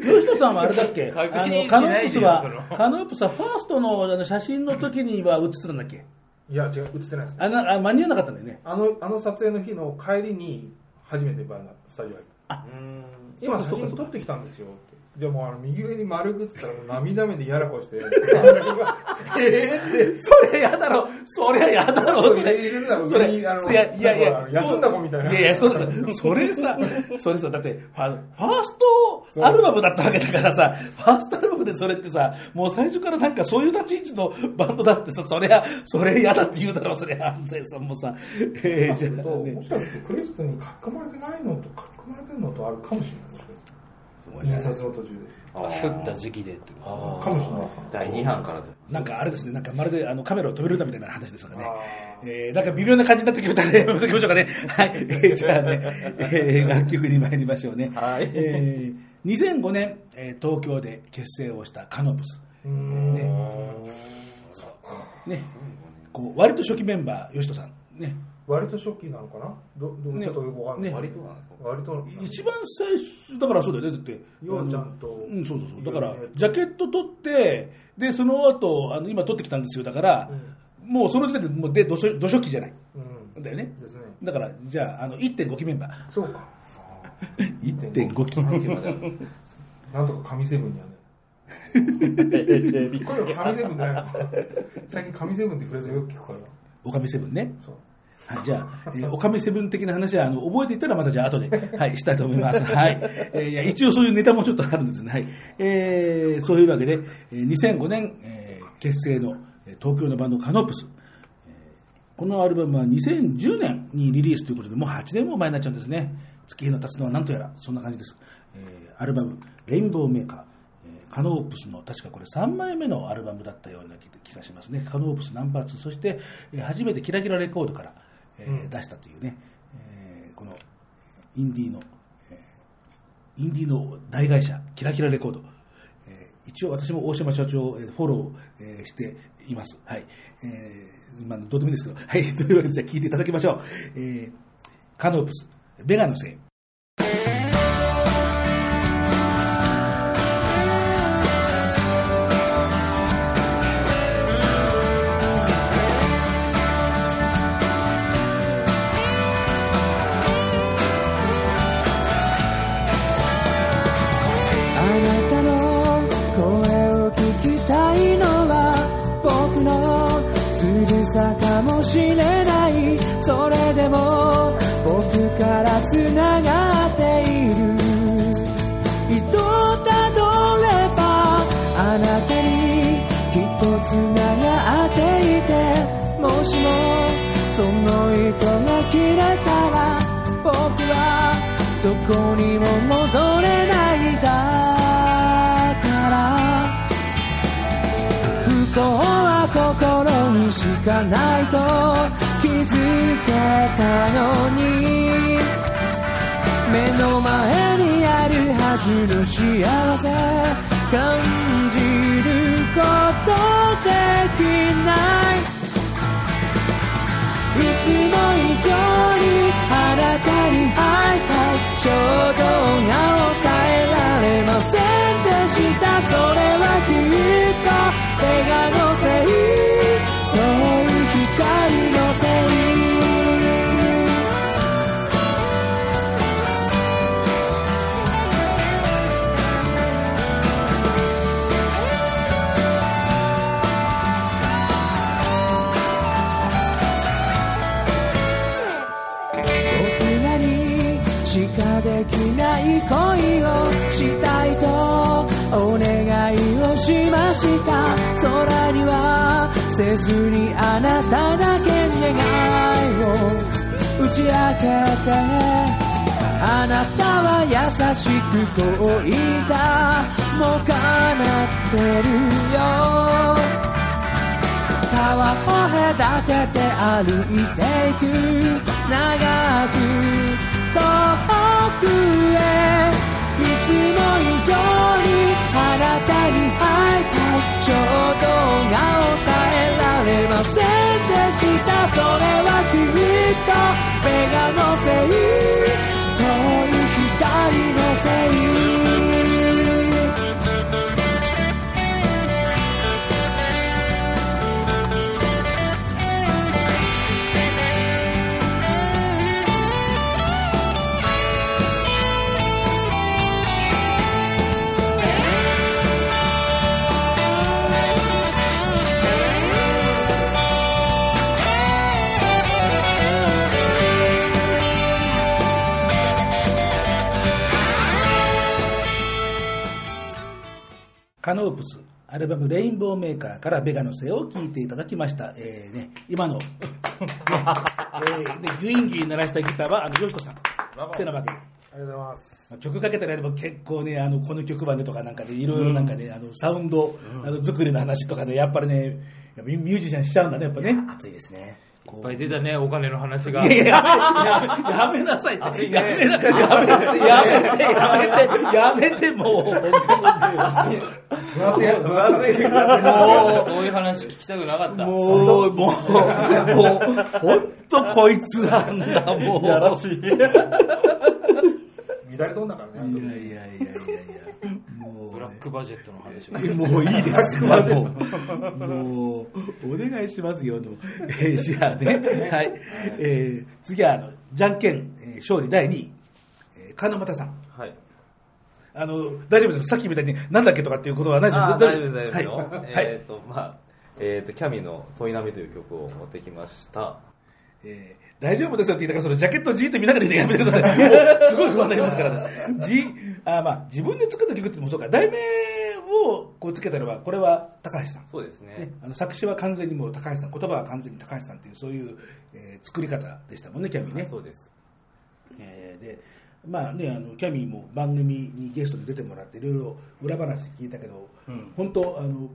Speaker 1: 吉野さんはあれだっけあ
Speaker 3: 確認
Speaker 1: の
Speaker 3: し
Speaker 1: カノー
Speaker 3: な
Speaker 1: プ
Speaker 3: い
Speaker 1: ス
Speaker 3: でよ
Speaker 1: は、カノープスはファーストのあの写真の時には映ってたんだっけ
Speaker 2: いや違う映ってないです
Speaker 1: あなあ間に合わなかったんだよね。
Speaker 2: あのあの撮影の日の帰りに初めてバーナスタジオ入った今写真撮ってきたんですよってでもあの右上に丸くっつったらもう涙目でやらこし てえーって
Speaker 1: そりゃ嫌だろ、そりゃ嫌だろ、そ
Speaker 2: 入
Speaker 1: れ
Speaker 2: れ。るだろ
Speaker 1: それ、
Speaker 2: 上
Speaker 1: い
Speaker 2: にあの
Speaker 1: やいやいや
Speaker 2: なん、か休んだ子みたいない
Speaker 1: やいや、そうだろ、それさ、それさ、だってファ、ファーストアルバムだったわけだからさ、ファーストアルバムでそれってさ、もう最初からなんかそういう立ち位置のバンドだってさ、そりゃ、それ嫌だって言うだろ、それ、安西さんもさ。えー
Speaker 2: そ
Speaker 1: じゃ
Speaker 2: れ
Speaker 1: あ
Speaker 2: と
Speaker 1: ね
Speaker 2: もしかするとクレジットに書き込まれてないのと書き込まれてるのとあるかもしれない印刷の途中で
Speaker 3: あ吸った時期でってこと
Speaker 2: かもしれないですね
Speaker 6: 第2版からだ。
Speaker 1: なんかあれですね、なんかまるであのカメラを止める歌みたいな話ですからね
Speaker 2: あ。
Speaker 1: えー、なんか微妙な感じになってきましたね。行きましょうかね。はい。えーじゃあね、えー楽曲に参りましょうね。
Speaker 6: はい
Speaker 1: えー、2005年、えー東京で結成をしたカノブス。
Speaker 2: うーん
Speaker 1: ね。ね。こう、割と初期メンバー、吉人さんね
Speaker 2: 割とショッキーなのかなどど
Speaker 1: ね
Speaker 2: ちょっとよくわかんない、
Speaker 1: ね
Speaker 6: 割となんですか
Speaker 2: 割となんか
Speaker 1: 一番最初だからそうだよねだって
Speaker 2: ようちゃんと
Speaker 1: うん、そうそうそうだからジャケット取ってでその後あの今取ってきたんですよだから、もうその時点でもうで土書土書記じゃない
Speaker 2: うん、うん
Speaker 1: だよね
Speaker 2: ですね
Speaker 1: だからじゃああの1.5期メンバー
Speaker 2: そうか
Speaker 1: 1.5期
Speaker 6: なんていうまであるんですか
Speaker 2: なんとか神セブンにはね
Speaker 4: び
Speaker 2: びっくりよ神セブンだよ最近神セブンってフレーズよく聞くから
Speaker 1: おかみセブンね
Speaker 2: そう
Speaker 1: はい、じゃあ、えーおかみセブン的な話は、あの、覚えていたらまたじゃあ後で、はい、したいと思います。はい。えーいや、一応そういうネタもちょっとあるんですね。はい。えーそういうわけで、えー2005年、えー結成のえー東京のバンドカノープス。えーこのアルバムは2010年にリリースということで、もう8年も前になっちゃうんですね。月日の経つのは何とやら、そんな感じです。えーアルバム、レインボーメーカー。えーカノープスの確かこれ3枚目のアルバムだったような気気がしますね。カノープスナンバー2、そしてえー初めてキラキラレコードから、えー
Speaker 2: うん
Speaker 1: 出したというね、えーこのインディーの、えーインディーの大会社、キラキラレコード。えー一応私も大島社長をえーフォローえーしています。はい。えーまあ、どうでもいいんですけど、 はい。というわけで、じゃあ聞いていただきましょう。えーカノープス、ベガのせい。
Speaker 7: あなたの声を聞きたいのは僕のつぶさかもしれないそれでも僕からつながっている糸をたどればあなたにきっとつながっていてもしもその糸が切れたら僕はどこにも戻れないだから不幸は心にしかないと気づけたのに目の前にあるはずの幸せ感じることできないいつも以上にあなたに会いたい衝動が抑えられませんでしたそれはきっと笑顔のせい遠い光のせい大人にしかできない恋をしたいとお願いをしました空にはせずにあなただけ願いを打ち明けてあなたは優しくこう言ったもう叶ってるよ川を隔てて歩いていく長く遠くへいつも以上にあなたに会いたい衝動が抑えられませんでしたそれはきっと目がのせい遠い光のせい
Speaker 1: カノープスアルバム「レインボーメーカー」から「ベガのせ」を聴いていただきました、えーね、今の、ねえーねギュインギュイン鳴らしたギターはあのよしこさんってなわけで
Speaker 2: ありがとうございます
Speaker 1: 曲かけたらやれば結構ねあのこの曲はねとかなんかでいろいろなんかね、あのサウンド、あの作りの話とかねやっぱりねやっぱミュージシャンしちゃうんだねやっぱね
Speaker 4: 暑いですね。
Speaker 1: こ
Speaker 3: いうっぱい出たね、お金の話が。
Speaker 1: いややめやめなさいって。やめなさい。やめて、やめて、やめて、やめて、もう。
Speaker 2: 分厚いやつ分厚いやつ
Speaker 3: もう、そういう話聞きたくなかった。
Speaker 1: もう、もう、もう、ほんとこいつなんだ、もう。
Speaker 5: しい。
Speaker 2: 乱れ飛んだから
Speaker 1: い
Speaker 2: ね。
Speaker 1: やいやいやいやいや。もう
Speaker 3: ブラックバジェットの話を。
Speaker 1: もういいですよ、もう。もう、お願いしますよ、と。えーじゃあね、はい。えー次は、あの、じゃんけん、えー勝利第2位、えー金又さん。
Speaker 6: はい。
Speaker 1: あの、大丈夫です。さっきみたいに、なんだっけとかっていうことはないです
Speaker 6: あー大丈夫です、大丈
Speaker 1: は
Speaker 6: 夫
Speaker 1: い
Speaker 6: で。すよ。
Speaker 1: はい
Speaker 6: えっと、まあ、えっと、キャミの問い波という曲を持ってきました。
Speaker 1: えー大丈夫ですよって言いながら、そのジャケットをじーっと見ながら言ってやめてください。もう すごい不安になりますからね。じ、あーまあ、自分で作った曲ってのもそうか、題名をこうつけたのは、これは高橋さん。
Speaker 6: そうです
Speaker 1: ね
Speaker 6: ね。、
Speaker 1: あの作詞は完全にもう高橋さん、言葉は完全に高橋さんっていう、そういう、えー作り方でしたもんね、キャミーね。
Speaker 6: そうです。
Speaker 1: えーで、まあね、あのキャミーも番組にゲストで出てもらって、いろいろ裏話聞いたけど、本当あの、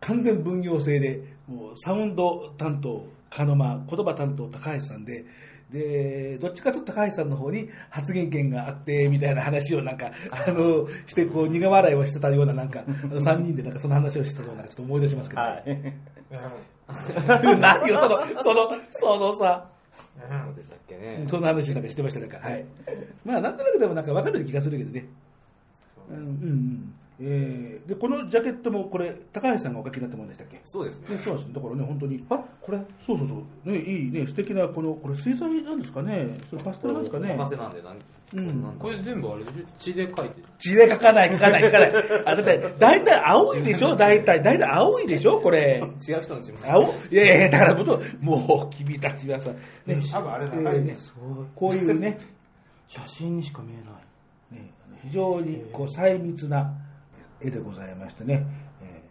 Speaker 1: 完全分業制で、もうサウンド担当、カノマ、言葉担当、高橋さんで、で、どっちかというと高橋さんの方に発言権があって、みたいな話をなんか、あの、して、こう、苦笑いをしてたような、なんか、あの3人でなんかその話をしてたような、ちょっと思い出しますけど。 何よ、そ の、その、そのさ、
Speaker 6: そうでしたっけね。
Speaker 1: そんな話なんかしてましたなんか、はい。まあ、なんとなくでもなんか分かる気がするけどね。うん、うん。えー、で、このジャケットもこれ、高橋さんがお書きになったものでしたっけ
Speaker 6: そうですね。
Speaker 1: ねそうなんですだからね、本当に。あ、これそうそうそう。ね、いいね、素敵な、この、これ水彩なんですかねそれパステルなんですかね
Speaker 6: お任せなんで、なん
Speaker 1: うん
Speaker 6: なんだ
Speaker 3: これ全部あれでしょ血で書いてる。
Speaker 1: 字で書かない、書かない、書かない。あ、だって、大体青いでしょ大体、大体青いでしょこれ。
Speaker 6: 違う人の自分
Speaker 1: 青いやいやいやだからもう、もう君たちはさ、ね、
Speaker 2: 多分あれ
Speaker 1: え
Speaker 2: 長い
Speaker 1: ー
Speaker 2: ね
Speaker 1: ね。こういうね、
Speaker 4: 写真にしか見えない。
Speaker 1: ね非常にこう細密な絵でございましてね、え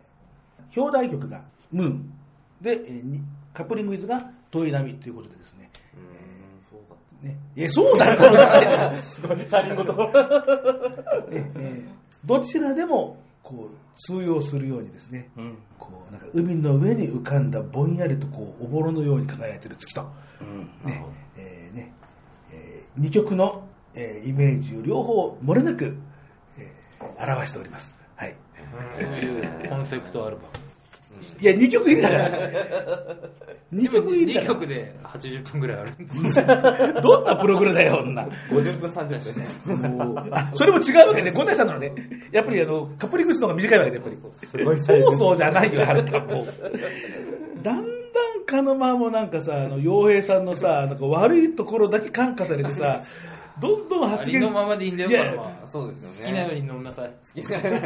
Speaker 1: ー表題曲が「ムーン」で、えーにカップリングイズが「遠い波」ということでですね、
Speaker 6: うん、そうだった。
Speaker 1: ねえそうだったのかね えーどちらでもこう通用するようにですね、こうなんか海の上に浮かんだぼんやりとこうおぼろのように輝いてる月と、ねえーねえー、2曲の、えーイメージを両方漏れなく、えー表しております、はい、
Speaker 3: そういうコンセプトアルバム。
Speaker 1: いや2曲入りだ から2曲入りだ
Speaker 3: 2
Speaker 1: か
Speaker 3: 曲で80分ぐらいある。
Speaker 1: らどんなプログラムだよ女
Speaker 6: 50分30分ですね。
Speaker 1: もうあそれも違うわけね、5対3なのね、やっぱりあのカップリングスの方が短いわけで、やっぱり、そうそうじゃないよ、あれもうだんだんカノマもなんかさ、あの洋平さんのさ、なんか悪いところだけ感化されてさ、どんどん
Speaker 3: あ
Speaker 1: 発
Speaker 3: り
Speaker 1: 言
Speaker 3: のままでいいんだよ、
Speaker 1: いや
Speaker 3: カノマ
Speaker 6: あそうですよね。
Speaker 3: 好きなように飲みなさい。
Speaker 6: 乗る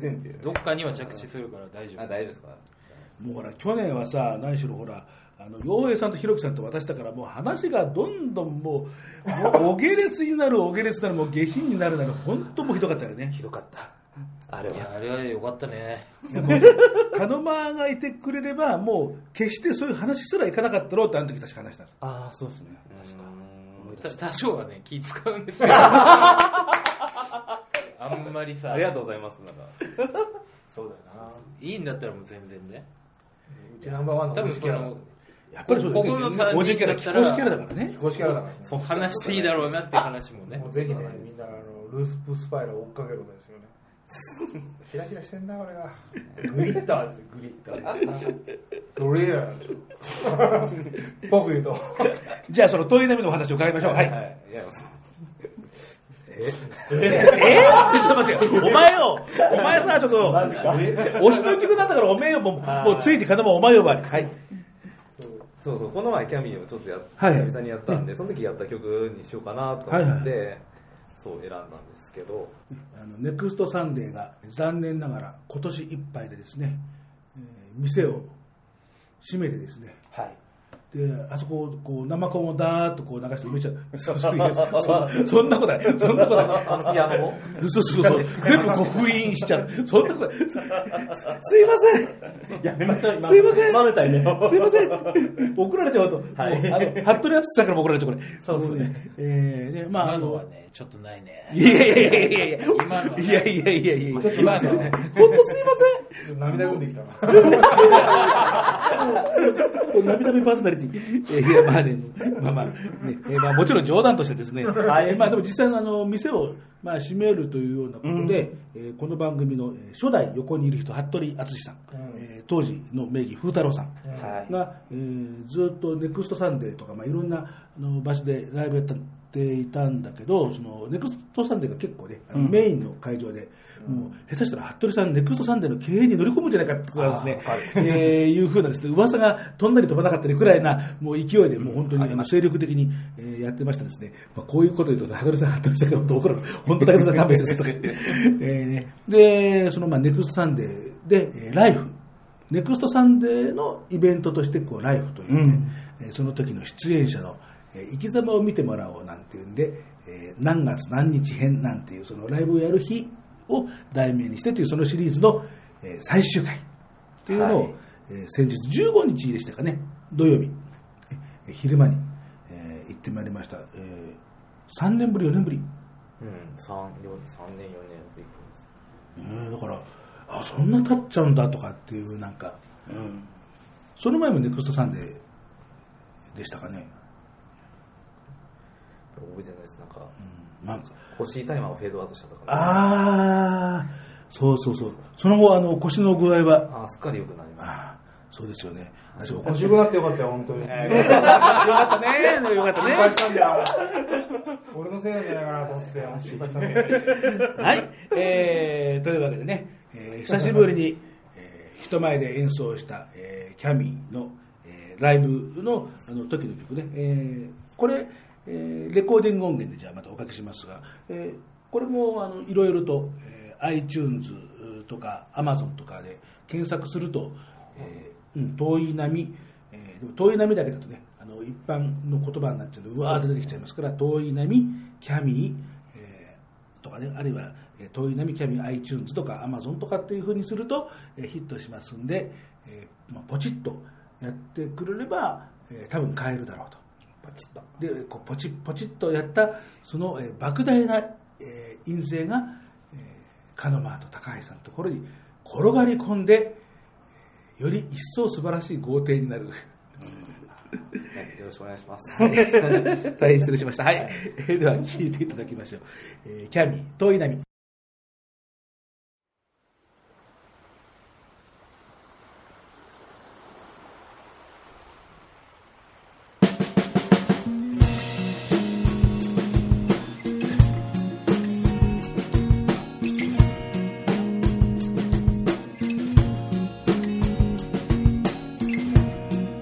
Speaker 6: 前提。
Speaker 3: どっかには着地するから大丈
Speaker 6: あ、大
Speaker 3: 夫。
Speaker 6: 丈夫ですか
Speaker 1: もうほら、去年はさ、何しろほら、あの洋平さんとひろきさんと私だから、もう話がどんどんもう、もうお下劣になる、お下劣になる、もう下品になるなる、本当もうひどかったよね。
Speaker 4: ひどかった。あれ
Speaker 3: い
Speaker 4: は。
Speaker 3: や、あれはよかったね。
Speaker 1: カノマがいてくれれば、もう決してそういう話すらいかなかったろうって、あの時確か話したんです。
Speaker 4: ああ、そうですね。確か。思い出
Speaker 3: た
Speaker 4: し
Speaker 3: 多少はね、気使うんですよ。あんまりさ
Speaker 6: あり、がとうございます、なんか。
Speaker 2: そうだよな。
Speaker 3: いいんだったらもう全然ね。
Speaker 2: うちナンバーワンの
Speaker 3: 多分
Speaker 2: 公式
Speaker 3: そ
Speaker 2: キャラ。
Speaker 3: の、
Speaker 1: やっぱりそうだよね
Speaker 3: ここの三人
Speaker 1: 50キャラ、
Speaker 3: だっ
Speaker 1: 非
Speaker 3: た
Speaker 1: 公
Speaker 3: ら
Speaker 1: 式キャラだからね。
Speaker 2: 公式キャラだからね
Speaker 3: 話していいだろうなっていう話もね
Speaker 2: も。うぜひね、みんなあのルースプスパイラーを追っかけることですよね。 キラキラしてんな、俺が。グリッターですよ、グリッター。ドレイヤーなんですよ。僕言うと。
Speaker 1: じゃあ、その遠い波のお話を伺いましょう。はい。
Speaker 6: はい。いや、
Speaker 1: えー、ちょっと待ってよ。お前よ、お前さ、ちょっと、推しの曲なんだから、おめえよ、もう、もうついて金もお前呼ばわり。はい。
Speaker 6: そうそう、この前キャミーをちょっとやっ、
Speaker 1: はい
Speaker 6: 久々にやったんで、その時やった曲にしようかなと思って、そう選んだんですけど、
Speaker 1: あのネクストサンデーが残念ながら今年いっぱいでですね、えー店を閉めてですね、
Speaker 4: た。はい。
Speaker 1: であそこをこう生コンをダーッとこう流して埋めち ゃう。そうそういやそんそんなことない。そんなことない。
Speaker 6: あのピアノを
Speaker 1: そうそうそう。全部こう封印しちゃう。そんなことない。すすいません。
Speaker 4: やめましょう、
Speaker 1: すいません
Speaker 4: まめたいね。
Speaker 1: すいませ ん。怒られちゃうと。
Speaker 4: はい
Speaker 1: もうあの、服部淳さんからも怒られちゃう、これ。
Speaker 4: そうですね
Speaker 1: もね。えー、で、まあ、
Speaker 3: 今
Speaker 1: あ
Speaker 3: のは
Speaker 1: の、
Speaker 3: ね、ちょっとないね。
Speaker 1: いやいやいやいやいやいや。
Speaker 3: 今のはね
Speaker 1: いやいやいやいやいや。
Speaker 3: 今のはね
Speaker 1: 本当すいません。
Speaker 2: ょっと涙ぐんできたな。
Speaker 1: 涙目パーソナリティ。えーいや、まあね、まあまあ、ねえーまあもちろん冗談としてですね、えーまあでも実際のあの、店を、まあ、閉めるというようなことで、えーこの番組のえー初代横にいる人、服部淳さん、えー当時の名義、風太郎さん
Speaker 4: はい。
Speaker 1: が、えーずっとネクストサンデーとか、まあ、いろんなあの場所でライブやっていたんだけど、そのネクストサンデーが結構ね、あのメインの会場で、もう下手したら服部さん、ネクストサンデーの経営に乗り込むんじゃないかってことなんですね、えーいうふうなですね、噂が飛んだり飛ばなかったりくらいな、もう勢いで、もう本当にあの精力的に、えーやってましたですね、まあ、こういうこと言うと、服部さん、服部さんがどうこら、本当、服部さん勘弁ですとか言 って、えーね、で、そのまあネクストサンデーで、えーライフ。ネクストサンデーのイベントとしてこうライフという、ねえーその時の出演者の、えー生き様を見てもらおうなんていうんで、えー何月何日編なんていうそのライブをやる日を題名にしてというそのシリーズの、えー最終回というのを、
Speaker 4: はい
Speaker 1: えー先日15日でしたかね土曜日、えー昼間に、えー行ってまいりました、えー3年ぶり4年ぶり、
Speaker 6: うん、三四三年、四年で行くんです。
Speaker 1: えーだからあそんな経っちゃうんだとかっていうなんか
Speaker 4: うん。
Speaker 1: その前もネクストサンデーでしたかね。
Speaker 6: 覚えてないです。なんか、
Speaker 1: うんなんか、
Speaker 6: 腰痛いままフェードアウトしちゃったから。
Speaker 1: あー、そうそうそう。その後、あの、腰の具合は、
Speaker 6: あーすっかり良くなりまし
Speaker 1: あーそうですよね。私も
Speaker 2: 面
Speaker 1: 腰
Speaker 2: 白くなってよかったよ、本当に。
Speaker 1: かったね。よかった
Speaker 2: 心配したんだよ。俺のせいなんじゃないかなと思って、心配したんだよ。
Speaker 1: はい。えー、というわけでね、えー久しぶりに、えー人前で演奏した、えーキャミーの、えーライブのあの時の曲ね、えーこれ、えーレコーディング音源でじゃあまたおかけしますが、えーこれもあのいろいろと、えー iTunes とか Amazon とかで検索すると、えーうん遠い波、えーでも遠い波だけだとね、あの一般の言葉になっちゃうので、うわーって出てきちゃいますから、遠い波、キャミー、えーとかね、あるいは、えー、遠い波キャミー、iTunes とか Amazon とかっていう風にすると、えーヒットしますんで、えーまあ、ポチッとやってくれれば、えー多分買えるだろうと。ポチッと。で、こうポチッポチッとやった、その、えー莫大な、えー印税が、えー、カノマーと高橋さんのところに転がり込んで、より一層素晴らしい豪邸になる。
Speaker 6: た。ねよろしくお願いします。
Speaker 1: 大変失礼しました。はい。えー では、聞いていただきましょう。えーキャミー、遠い波。
Speaker 7: 「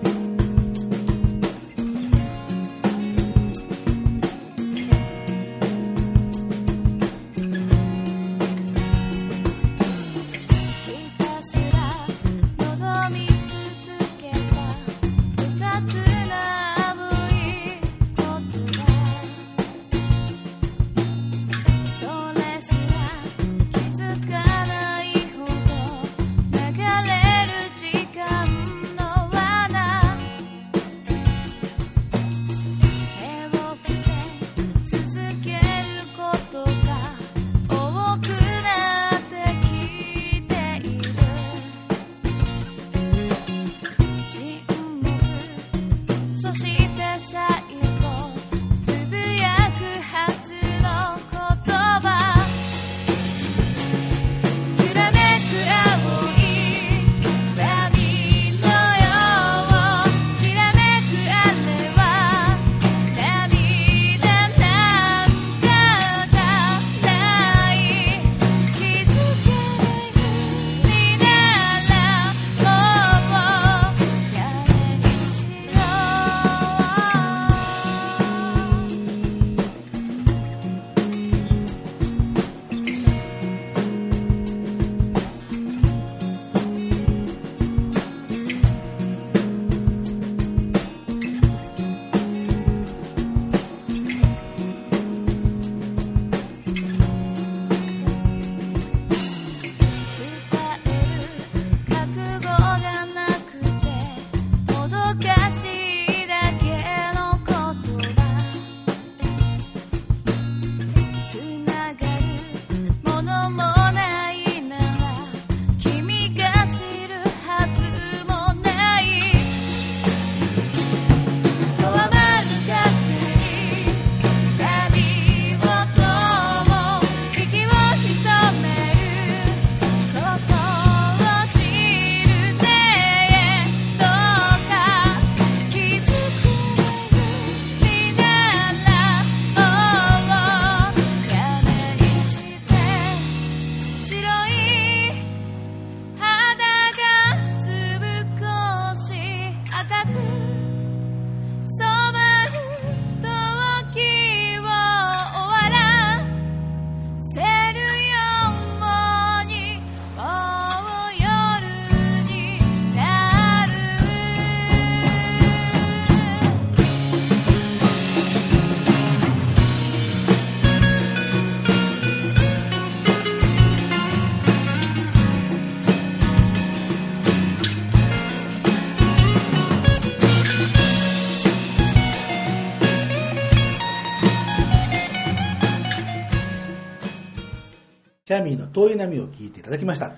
Speaker 1: 遠い波を聞いていただきました。
Speaker 2: はい。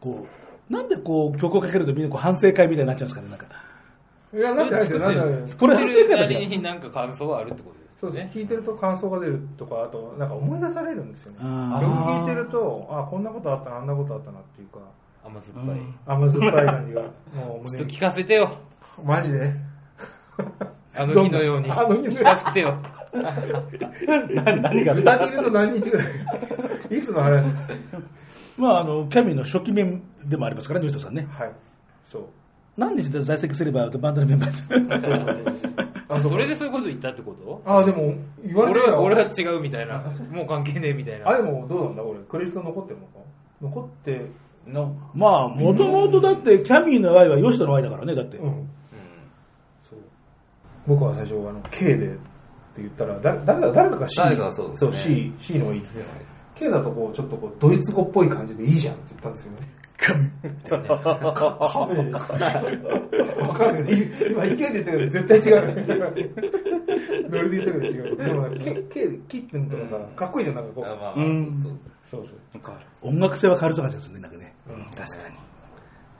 Speaker 1: こう、なんでこう曲をかけるとみんなこう反省会みたいになっちゃうんですかね、なんか。
Speaker 2: いや、なんかないですよ、なんかないですよ
Speaker 1: これ反省会
Speaker 3: な
Speaker 1: だ
Speaker 3: り
Speaker 1: し
Speaker 3: になんか感想はあるってことです
Speaker 2: そうですね。聞いてると感想が出るとか、あと、なんか思い出されるんですよね。曲
Speaker 1: あー
Speaker 2: 聞いてると、あ、こんなことあったな、あんなことあったなっていうか、
Speaker 3: 甘酸っぱい。
Speaker 2: 甘酸っぱい感じが、もう
Speaker 3: ちょっ
Speaker 2: 胸
Speaker 3: と
Speaker 2: に
Speaker 3: 聞。かせてよ。
Speaker 2: マジで
Speaker 3: あの日のように。
Speaker 2: あの日のように
Speaker 3: 聞かせてよ。
Speaker 2: 何が豚切るの何日ぐらい いつの話
Speaker 1: まあ、あの、キャミの初期面でもありますから、ニューストさんね。
Speaker 2: はい。そう。
Speaker 1: 何日で在籍すればバンドのメンバ ーで。
Speaker 3: あそれでそういうこと言ったってこと
Speaker 2: あ、でも、言われて
Speaker 3: 俺
Speaker 2: みれ
Speaker 3: は、
Speaker 2: ば
Speaker 3: 俺は違うみたいな。もう関係ねえみたいな。
Speaker 2: あ、でもどうなんだ俺。クレジット残ってるのか残って、
Speaker 3: の。
Speaker 1: まあ、もともとだって、キャミーの愛は吉田の愛だからね、だって。
Speaker 2: うん。そう。僕は最初、あの、K でって言ったら、だ誰だ誰だか C。
Speaker 6: 誰かがそうですね
Speaker 2: C、C の方がいいって言ってたね K だとこう、ちょっとこう、ドイツ語っぽい感じでいいじゃんって言ったんですよね。カメわかるけど、今、いけって言ったけど、絶対違う。ノリで言ったけど違う。でもなんか、K、K、キッてんとかさ、かっこいいじゃん、なんかこ
Speaker 6: あ
Speaker 2: う。
Speaker 6: まあ、
Speaker 1: うん
Speaker 6: そう
Speaker 2: そうそう。
Speaker 1: 音楽性は軽さがですね、なんかね。
Speaker 2: 確かに。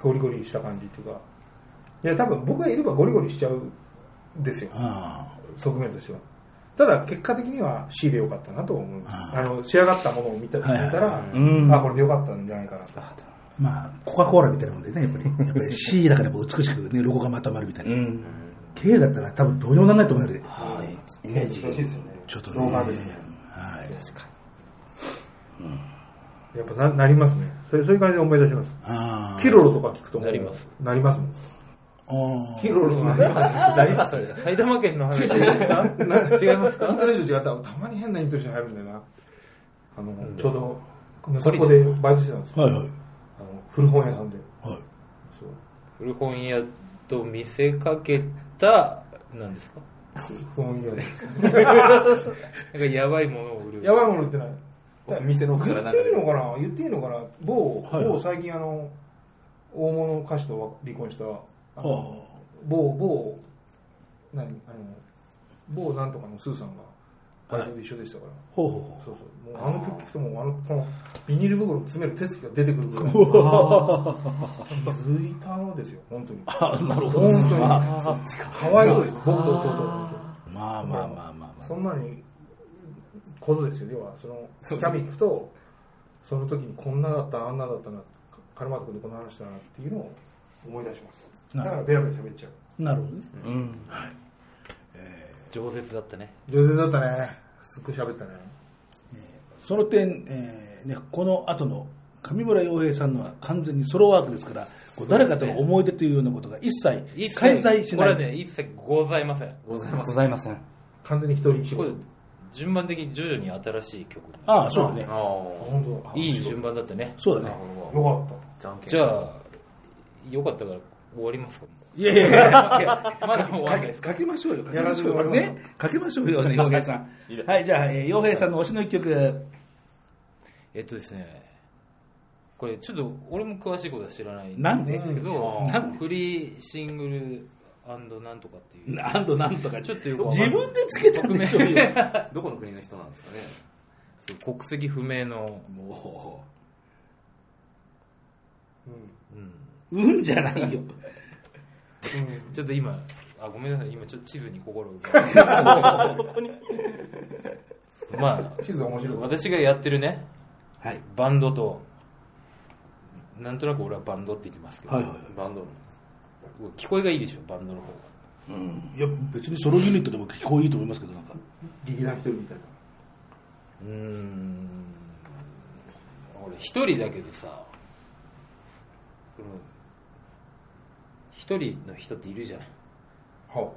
Speaker 2: ゴリゴリした感じっていうか。いや、多分僕がいればゴリゴリしちゃうんですよ、
Speaker 1: あ
Speaker 2: 側面としては。ただ、結果的には C でよかったなと思う。
Speaker 1: あ
Speaker 2: あ
Speaker 1: ー
Speaker 2: の、仕上がったものを見た見た
Speaker 1: はいはい
Speaker 2: ら、
Speaker 1: うん
Speaker 2: あ、これでよかったんじゃないかなと。
Speaker 1: まあ、コカ・コーラみたいなもんでね、やっぱり。やっぱり C だからもう美しくね、ロゴがまとまるみたいな。K だったら多分どうにもならないと思うので、
Speaker 4: イメージが
Speaker 2: 難しいですよね。
Speaker 1: ちょっと
Speaker 2: ロゴ
Speaker 1: ね。
Speaker 2: がですね
Speaker 1: はい。
Speaker 2: やっぱななりますね。それそういう感じで思い出します。
Speaker 1: あー
Speaker 2: キロロとか聞くともう
Speaker 3: なります。
Speaker 2: なりますもん。
Speaker 1: あー
Speaker 2: キロロとなります。なります。
Speaker 3: 埼玉県の話。違います
Speaker 2: なん
Speaker 3: か
Speaker 2: となく違った。たまに変なイントネーション入るんだよな。あの、ちょうど、そこでバイトしてたんですよ。
Speaker 1: はいはい。
Speaker 2: あの古本屋さんで。
Speaker 1: はい。
Speaker 2: そう。
Speaker 3: 古本屋と見せかけた、なんですか
Speaker 2: 古本屋で。
Speaker 3: なんかやばいものを売る。
Speaker 2: やばいもの売ってない。
Speaker 6: お店の奥から
Speaker 2: 言
Speaker 6: な
Speaker 2: っ
Speaker 6: んか
Speaker 2: ていいのかな言っていいのかな某、
Speaker 1: はいはい
Speaker 2: 某最近あの、大物歌手と離婚した、あ
Speaker 1: は
Speaker 2: の、某、某、何あの、某なんとかのスーさんが、バイトで一緒でしたから。
Speaker 1: ほうほうほう。
Speaker 2: そうそう。もうあの曲聞くともうあの、このビニール袋に詰める手つきが出 てくるぐらい。気づいたのですよ、本当に。
Speaker 1: あなるほど。
Speaker 2: 本当に。かわいそうですよ、僕と弟のこと。
Speaker 1: まあまあまあまあ
Speaker 2: そんなに、ことですよ、要は、その、キャミ聞くと、その時にこんなだった、あんなだったな、カルマート君でこんな話したなっていうのを思い出します。
Speaker 1: な
Speaker 2: だ
Speaker 1: る
Speaker 2: か
Speaker 1: ほ
Speaker 2: らベラベラ喋っちゃう。
Speaker 1: ど。なるほどね。
Speaker 3: 饒舌だったね。
Speaker 2: 上手だったね。すっごい喋ったね。
Speaker 1: その点、えーね、この後の上村洋平さんのは完全にソロワークですから、こう誰かとの思い出というようなことが一
Speaker 3: 一
Speaker 1: 切
Speaker 3: 切
Speaker 1: 開催し
Speaker 3: こ
Speaker 1: な
Speaker 3: れ
Speaker 1: い。
Speaker 3: はね、一切ございません。
Speaker 4: ございません。ございません。
Speaker 2: 完全に一人仕
Speaker 3: これ
Speaker 2: 事。、
Speaker 3: 順番的に徐々に新しい曲。
Speaker 1: ああ、そうだね。
Speaker 6: あー
Speaker 2: 本当だ
Speaker 3: いい順番だったね。
Speaker 1: そうだね。
Speaker 2: よかった。
Speaker 6: じゃんけん
Speaker 3: じゃあ、よかったから終わりますか
Speaker 1: いやいやいや、
Speaker 3: まだ終わらないですか
Speaker 1: かけましょうよ。かけ
Speaker 2: や
Speaker 1: ま
Speaker 2: ら
Speaker 1: し
Speaker 2: せ
Speaker 1: ょ
Speaker 2: て
Speaker 1: うよ。
Speaker 2: もらいます
Speaker 1: ね。かけましょうよね、洋平さん。はい、じゃあ、えー洋平さんの推しの一曲。
Speaker 3: えっとですね、これちょっと俺も詳しいことは知らないん
Speaker 1: なんで
Speaker 3: ですけど、なんかフリーシングルなんとかっていう。
Speaker 1: なんとなんとか、
Speaker 3: ち
Speaker 1: ちょ
Speaker 3: ょ
Speaker 1: っ
Speaker 3: っとよく
Speaker 1: と
Speaker 3: わかんな
Speaker 1: 自
Speaker 3: い
Speaker 1: 分でつけたんでしょうよ。
Speaker 6: どこの国の人なんですかね
Speaker 3: 国籍不明の、
Speaker 1: も
Speaker 3: うん、
Speaker 1: う、うんじゃないよ。
Speaker 3: ちょっと今、あ、ごめんなさい、今ちょっと地図に 心を奪われてまあ、
Speaker 2: 地図面白い。
Speaker 3: 私がやってるね、
Speaker 1: はい。
Speaker 3: バンドと、なんとなく俺はバンドって言ってますけど、
Speaker 1: はいはいは
Speaker 6: バンドの
Speaker 3: 聞こえがいいでしょ、バンドの方が。
Speaker 1: うん。いや、別にソロユニットでも聞こえいいと思いますけど、なんか。
Speaker 2: 劇団一人みたいう
Speaker 3: ーん、俺一人だけどさ、この一人の人っているじゃん。
Speaker 2: な。は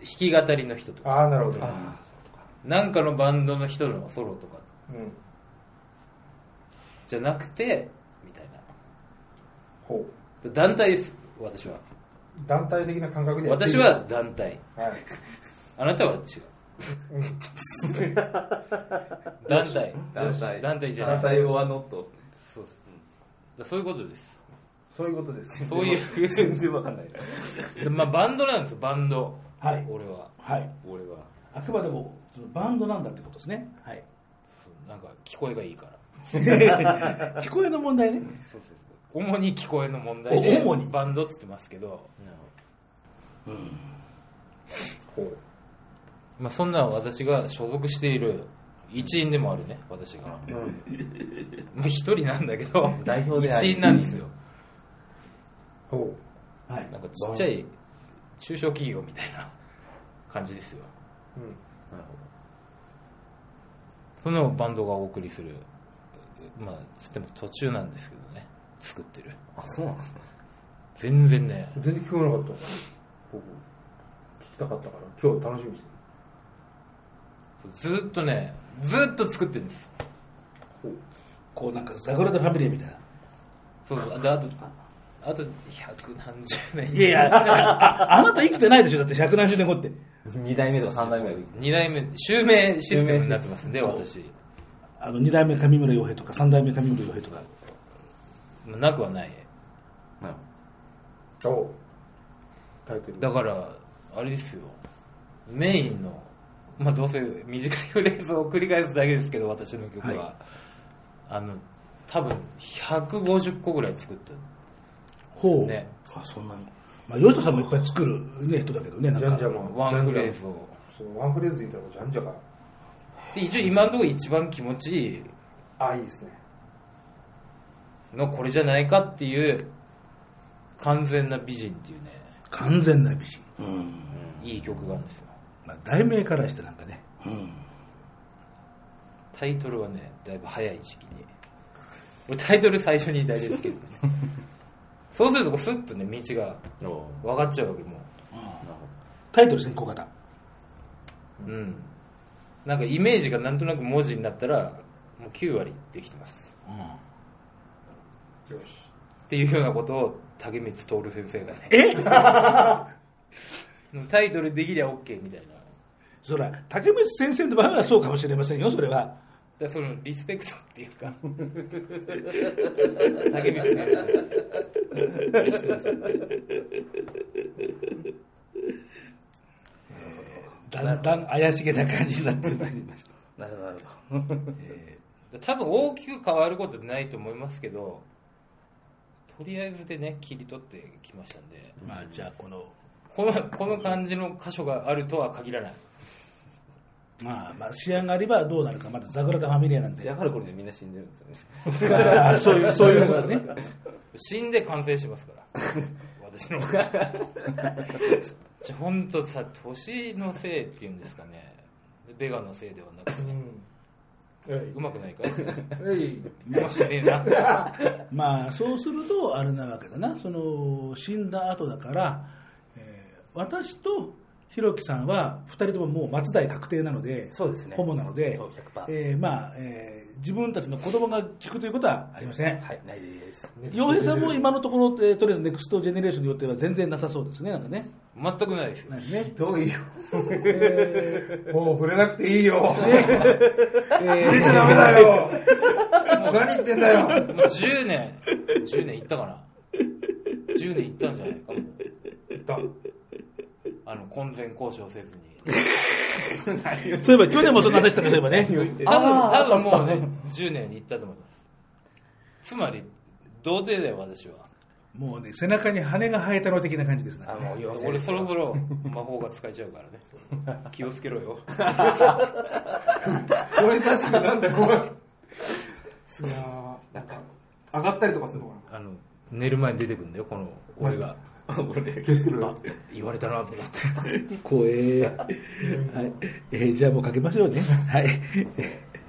Speaker 3: ひ弾き語りの人とか、
Speaker 2: ああー、なるほど。
Speaker 3: なんかのバンドの人のソロとか。
Speaker 2: うん。
Speaker 3: じゃなくて、みたい
Speaker 2: ほう。
Speaker 3: な。団体です、私は。
Speaker 2: 団体的な感覚でやってい
Speaker 3: 私
Speaker 2: る。
Speaker 3: は団体。
Speaker 2: はい。
Speaker 3: あなたは違う。
Speaker 2: うん
Speaker 3: 団体。
Speaker 6: 団体
Speaker 3: 団体じゃない
Speaker 6: 団体をはノット
Speaker 3: そういうことです。
Speaker 2: そういうことです。
Speaker 3: そういう。全然わかんない。まあ、バンドなんですよ、バンド。
Speaker 1: はい
Speaker 3: 俺は。
Speaker 1: はい。
Speaker 3: 俺は。
Speaker 1: あくまでもそのバンドなんだってことですね。はい。
Speaker 3: なんか聞こえがいいから
Speaker 1: 聞こえの問題ね。
Speaker 3: そうそうそう主に聞こえの問題で
Speaker 4: お主に
Speaker 3: バンドっつってますけど、まあ、そんな私が所属している一員でもあるね私が、まあ一人なんだけど
Speaker 6: 代表であり
Speaker 3: 一員なんですよ
Speaker 2: ほ
Speaker 1: はい
Speaker 3: なんかちっちゃい中小企業みたいな感じですよ
Speaker 2: う。うん。
Speaker 3: なるほどそのバンドがお送りするまあつっても途中なんですけどね作ってる
Speaker 6: あ、そうなんですね。
Speaker 3: 全然ね
Speaker 2: 全然聞こえなかった。僕、聞きたかったから、今日楽しみにして
Speaker 3: ずっとねずっと作ってるんです
Speaker 1: こうなんかザグラダ・ファミリーみたいな。
Speaker 3: そうそうであとあと百何十年
Speaker 1: いやいや、ああなた生きてないでしょ、だって百何十年後って。
Speaker 6: 2代目とか3代目がいい。
Speaker 3: 2代目襲名システムになってますんで私
Speaker 1: あの、二代目上村洋平とか、三代目上村洋平とか。
Speaker 3: まあなくはない
Speaker 6: なる
Speaker 2: る。おタイトル。
Speaker 3: だからあれですよメインのまあどうせ短いフレーズを繰り返すだけですけど私の曲は、
Speaker 1: はい
Speaker 3: あの多分150個ぐらい作った
Speaker 1: ほう。
Speaker 3: ね
Speaker 1: あ、そんなに。まあ、ヨシトさんもいっぱい作る、ね、人だけどね、なん
Speaker 2: じゃんじゃ
Speaker 1: か。
Speaker 2: まン
Speaker 3: ワンフレーズを
Speaker 2: そのワンフレーズ言ったら、じゃんじゃが。
Speaker 3: で一応今のところ一番気持ちいい
Speaker 2: あ、いいですね。
Speaker 3: のこれじゃないかっていう完全な美人っていうね
Speaker 1: 完全な美人。
Speaker 3: いい曲があるんですよ
Speaker 1: まあ、題名からしてなんかね。
Speaker 3: タイトルはねだいぶ早い時期に俺タイトル最初に大体つける、ね、そうするとこうスッとね道が
Speaker 6: ほど。
Speaker 3: 分かっちゃうわけも
Speaker 1: タイトル先行型。
Speaker 3: ううんなんかイメージがなんとなく文字になったらもう9割できてます
Speaker 2: よし。
Speaker 3: っていうようなことを竹光徹先生がね
Speaker 1: え
Speaker 3: タイトルできりゃ OK みたいな
Speaker 1: そら、竹光先生の場合はそうかもしれませんよ、それは。
Speaker 3: だからそのリスペクトっていうか竹光さん
Speaker 1: だんだん怪しげな感じになってまいりました。
Speaker 4: なるほど、なるほど。
Speaker 3: 多分大きく変わることないと思いますけどとりあえずでね切り取ってきましたんで
Speaker 1: まあ、じゃあ、この、
Speaker 3: このこの感じの箇所があるとは限らない
Speaker 1: まあ、まあ、仕上がりはどうなるか、まだザグラダ・ファミリアなんで。
Speaker 6: やがる頃にはみんな死んでるんですよね。
Speaker 1: あ そういう、そういうことね。
Speaker 3: 死んで完成しますから私のじゃあ本当さ年のせいっていうんですかねベガのせいではなく
Speaker 2: う
Speaker 3: てね
Speaker 2: ん。え
Speaker 3: うまくないかう
Speaker 2: い。えい。
Speaker 3: まくねえな
Speaker 1: まあそうするとあれなわけだなその死んだ後だから、えー私とひろきさんは2人とももう松代確定なので
Speaker 4: そうですね
Speaker 1: ホモなので
Speaker 4: そう100%、
Speaker 1: えーまあえー自分たちの子供が聞くということはありません
Speaker 4: はい、ないです。
Speaker 1: 洋平さんも今のところ、えーとりあえずネクストジェネレーションの予定は全然なさそうですねなんかね
Speaker 3: 全くないですよ
Speaker 1: ないね
Speaker 2: どういよ。もう触れなくていいよ。
Speaker 1: え
Speaker 2: 触 れちゃダメだよ。もう何言ってんだよ。
Speaker 3: もう10年10年いったかな10年いったんじゃないかもう
Speaker 2: だ
Speaker 3: あの婚前交渉せずに
Speaker 1: ー そういえば去年もそんな話した ねそういえばね
Speaker 3: 多分多分もうね10年いったと思いますつまり童貞だよ私は
Speaker 1: もうね背中に羽が生えたの的な感じですな
Speaker 4: あ、もう妖精
Speaker 3: 俺そろそろ魔法が使えちゃうからね気をつけろよ
Speaker 2: 俺確かなんだよ、これ。いやーなんか、上がったりとかするのか
Speaker 3: あの寝る前に出てくるんだよこの俺が
Speaker 2: な気をつけろよ。
Speaker 3: 言われたなと思って
Speaker 1: 怖え、はいえーじゃあもうかけましょうねはい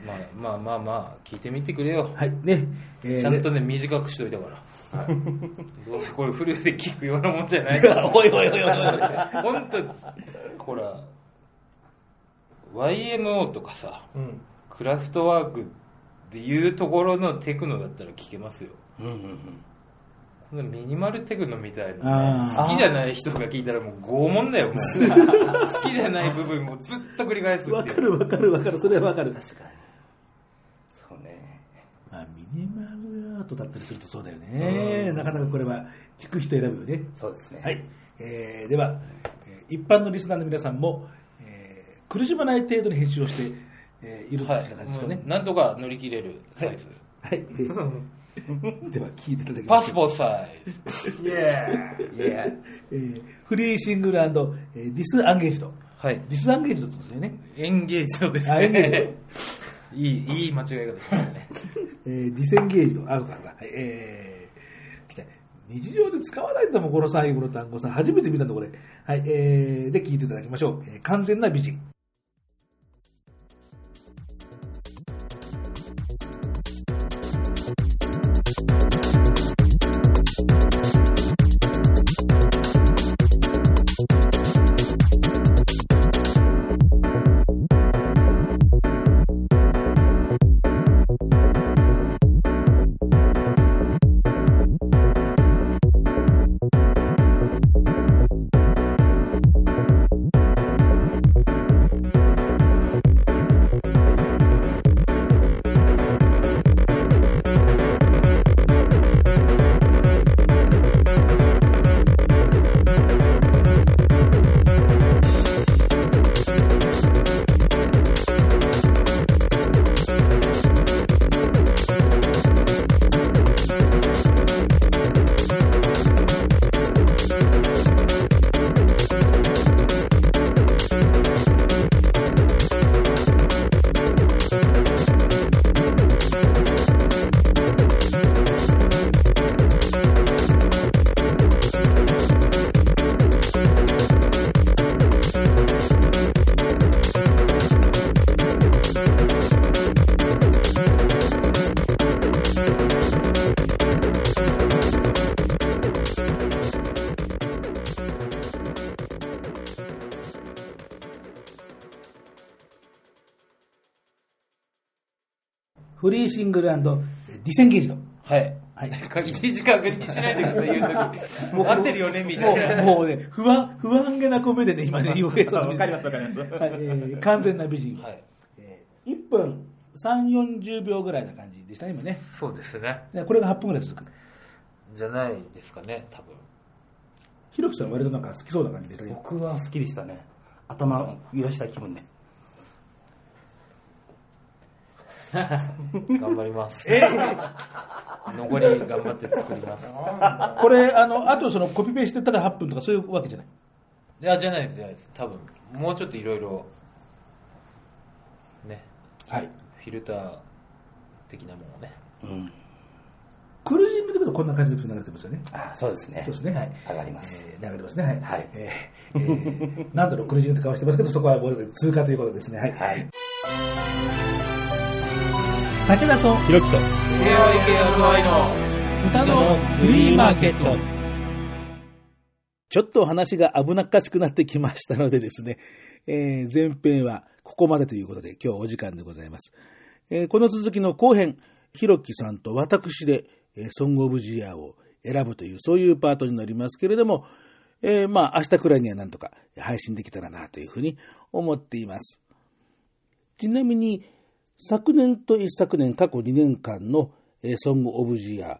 Speaker 3: まあまあまあまあ聞いてみてくれよ
Speaker 1: はい、ね。えー
Speaker 3: ちゃんとね短くしといたから、どうせこれフルで聞くようなもんじゃない
Speaker 1: い
Speaker 3: か
Speaker 1: や
Speaker 3: ら
Speaker 1: おいおいおいおいおい。
Speaker 3: 本当ほら YMO とかさ
Speaker 2: うん。
Speaker 3: クラフトワークっていうところのテクノだったら聞けますよ
Speaker 4: うんうんうん。
Speaker 3: このミニマルテクノみたい
Speaker 1: あ
Speaker 3: な
Speaker 1: ー
Speaker 3: 好きじゃない人が聞いたらもう拷問だよもう好きじゃない部分をずっと繰り返す
Speaker 1: わ
Speaker 3: っ
Speaker 1: か
Speaker 3: ていう
Speaker 1: るわかるわかる、それはわかる。
Speaker 4: 確かに。そうね。
Speaker 1: まあ、ミニマルアートだったりするとそうだよね。なかなかこれは聞く人選ぶよね。
Speaker 4: そうですね。
Speaker 1: はい。えーでは、えー一般のリスナーの皆さんも、えー苦しまない程度に編集をして、え
Speaker 8: えーいるって
Speaker 3: は
Speaker 8: ない感じですかね。
Speaker 3: なんとか乗り切れるサイズ。
Speaker 8: はい。では、聞いていただきま
Speaker 3: パ
Speaker 8: す
Speaker 3: ス。ポートサイズ。
Speaker 9: イエーイ
Speaker 8: えーフリーシングルえーディスアンゲージド。
Speaker 3: はい。
Speaker 8: ディスアンゲージドって言うんですよね。
Speaker 3: エンゲージドです
Speaker 8: あエンゲージ
Speaker 3: ね。い い、いい間違え方しましたね。
Speaker 8: えーディセンゲージド。あ、そうかそうか。はいえー来た日常で使わないんだもん、この最後の単語さ。初めて見たんだ、これ。はい。えーで、聞いていただきましょう。えー完全な美人。フリーシングルえーディセンゲージド。
Speaker 3: はい。
Speaker 8: はい。
Speaker 3: 一時間確認しないでください、言うとき。合ってるよね、みたいな。
Speaker 8: もうもうね、不安、不安げなコメでね、今ね、洋平さんの
Speaker 4: わか
Speaker 8: ね
Speaker 4: りますわかります
Speaker 8: はい、えー完全な美人。
Speaker 3: はい。
Speaker 8: えー1分3、40秒ぐらいな感じでしたね、今ね。
Speaker 3: そうですね。
Speaker 8: でこれが8分ぐらい続く。
Speaker 3: じゃないですかね、多分。
Speaker 8: ひろきさんは割となんか好きそうな感じでしたね。
Speaker 4: 僕は好きでしたね頭揺らした気分で
Speaker 3: 頑張ります。残り頑張って作ります。
Speaker 8: これ、あの、あとそのコピペしてただ8分とかそういうわけじゃない。
Speaker 3: いや、じゃないです、じゃないです。多分、もうちょっといろいろ、ね、
Speaker 8: はい。
Speaker 3: フィルター的なものをね。
Speaker 4: うん
Speaker 8: クルージングで見るとこんな感じで流れてますよね。
Speaker 4: あそうですね
Speaker 8: そうですね。はい。
Speaker 4: 上がります
Speaker 8: えー流れますね。はい。
Speaker 4: はい
Speaker 8: えーえーなんだろう、クルージングって顔してますけど、そこはもう通過ということですね。はい。
Speaker 4: はい
Speaker 1: 武田と
Speaker 4: ひろきと
Speaker 3: KYKRY の
Speaker 1: 歌
Speaker 4: のフリーマーケット
Speaker 8: ちょっとお話が危なっかしくなってきましたのでですね、えー前編はここまでということで今日お時間でございます。えーこの続きの後編、ひろきさんと私で、えーソングオブジアを選ぶという、そういうパートになりますけれども、えーまあ明日くらいにはなんとか配信できたらなというふうに思っています。ちなみに、昨年と一昨年過去2年間の、えーソングオブジイヤー、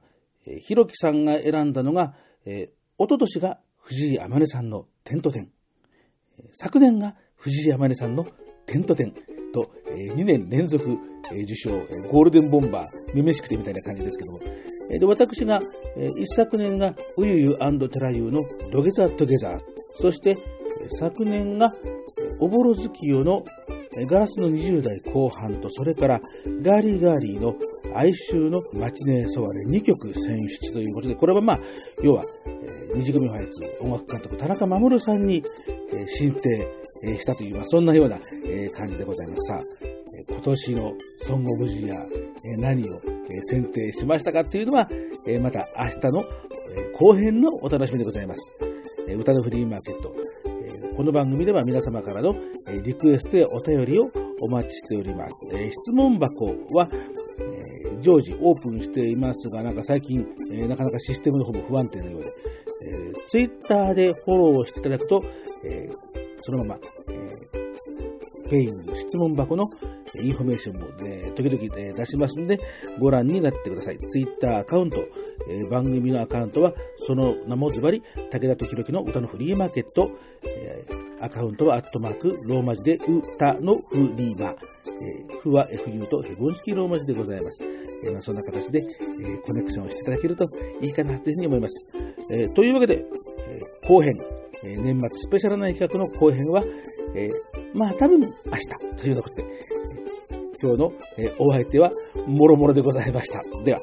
Speaker 8: えー、ひろきさんが選んだのが、えー、一昨年が藤井あまねさんの点と点、えー昨年が藤井あまねさんの点と点と、え2年連続、えー受賞、えーゴールデンボンバー、めめしくてみたいな感じですけども、えーで私が、えー一昨年がうゆゆてらゆのドゲザートゲザー、そして、えー昨年がえーおぼろ月夜のえーガラスの20代後半と、それからガーリーガーリーの哀愁のマチネーソワレ2曲選出ということで、これはまあ、要は、えー、二次組ファイツ音楽監督田中守さんに、えー、申請、えーしたという、まあ、そんなような、えー感じでございます。さあ、えー今年のソングオブジイヤー、えー何を、えー選定しましたかっていうのは、えーまた明日の、えー後編のお楽しみでございます。えー歌のフリーマーケット、えーこの番組では皆様からの、えーリクエストやお便りをお待ちしております。えー質問箱は、えー常時オープンしていますが、なんか最近、えーなかなかシステムの方も不安定のようで、えー、ツイッターでフォローをしていただくと、えーそのまま、えーペイング質問箱のえーインフォメーションも、えー時々、えー出しますんで、ご覧になってください。ツイッターアカウント、えー番組のアカウントは、その名もズバリ、武田とひろきの歌のフリーマーケット、えーアカウントはアットマーク、ローマ字で、うたのふりま。えーふは FU とヘボン式ローマ字でございます。えーまあそんな形で、えーコネクションをしていただけるといいかなというふうに思います。えーというわけで、えー後編、えー年末スペシャルな企画の後編は、えーまあ多分明日というようなことで、えー今日の、えーお相手はもろもろでございました。では。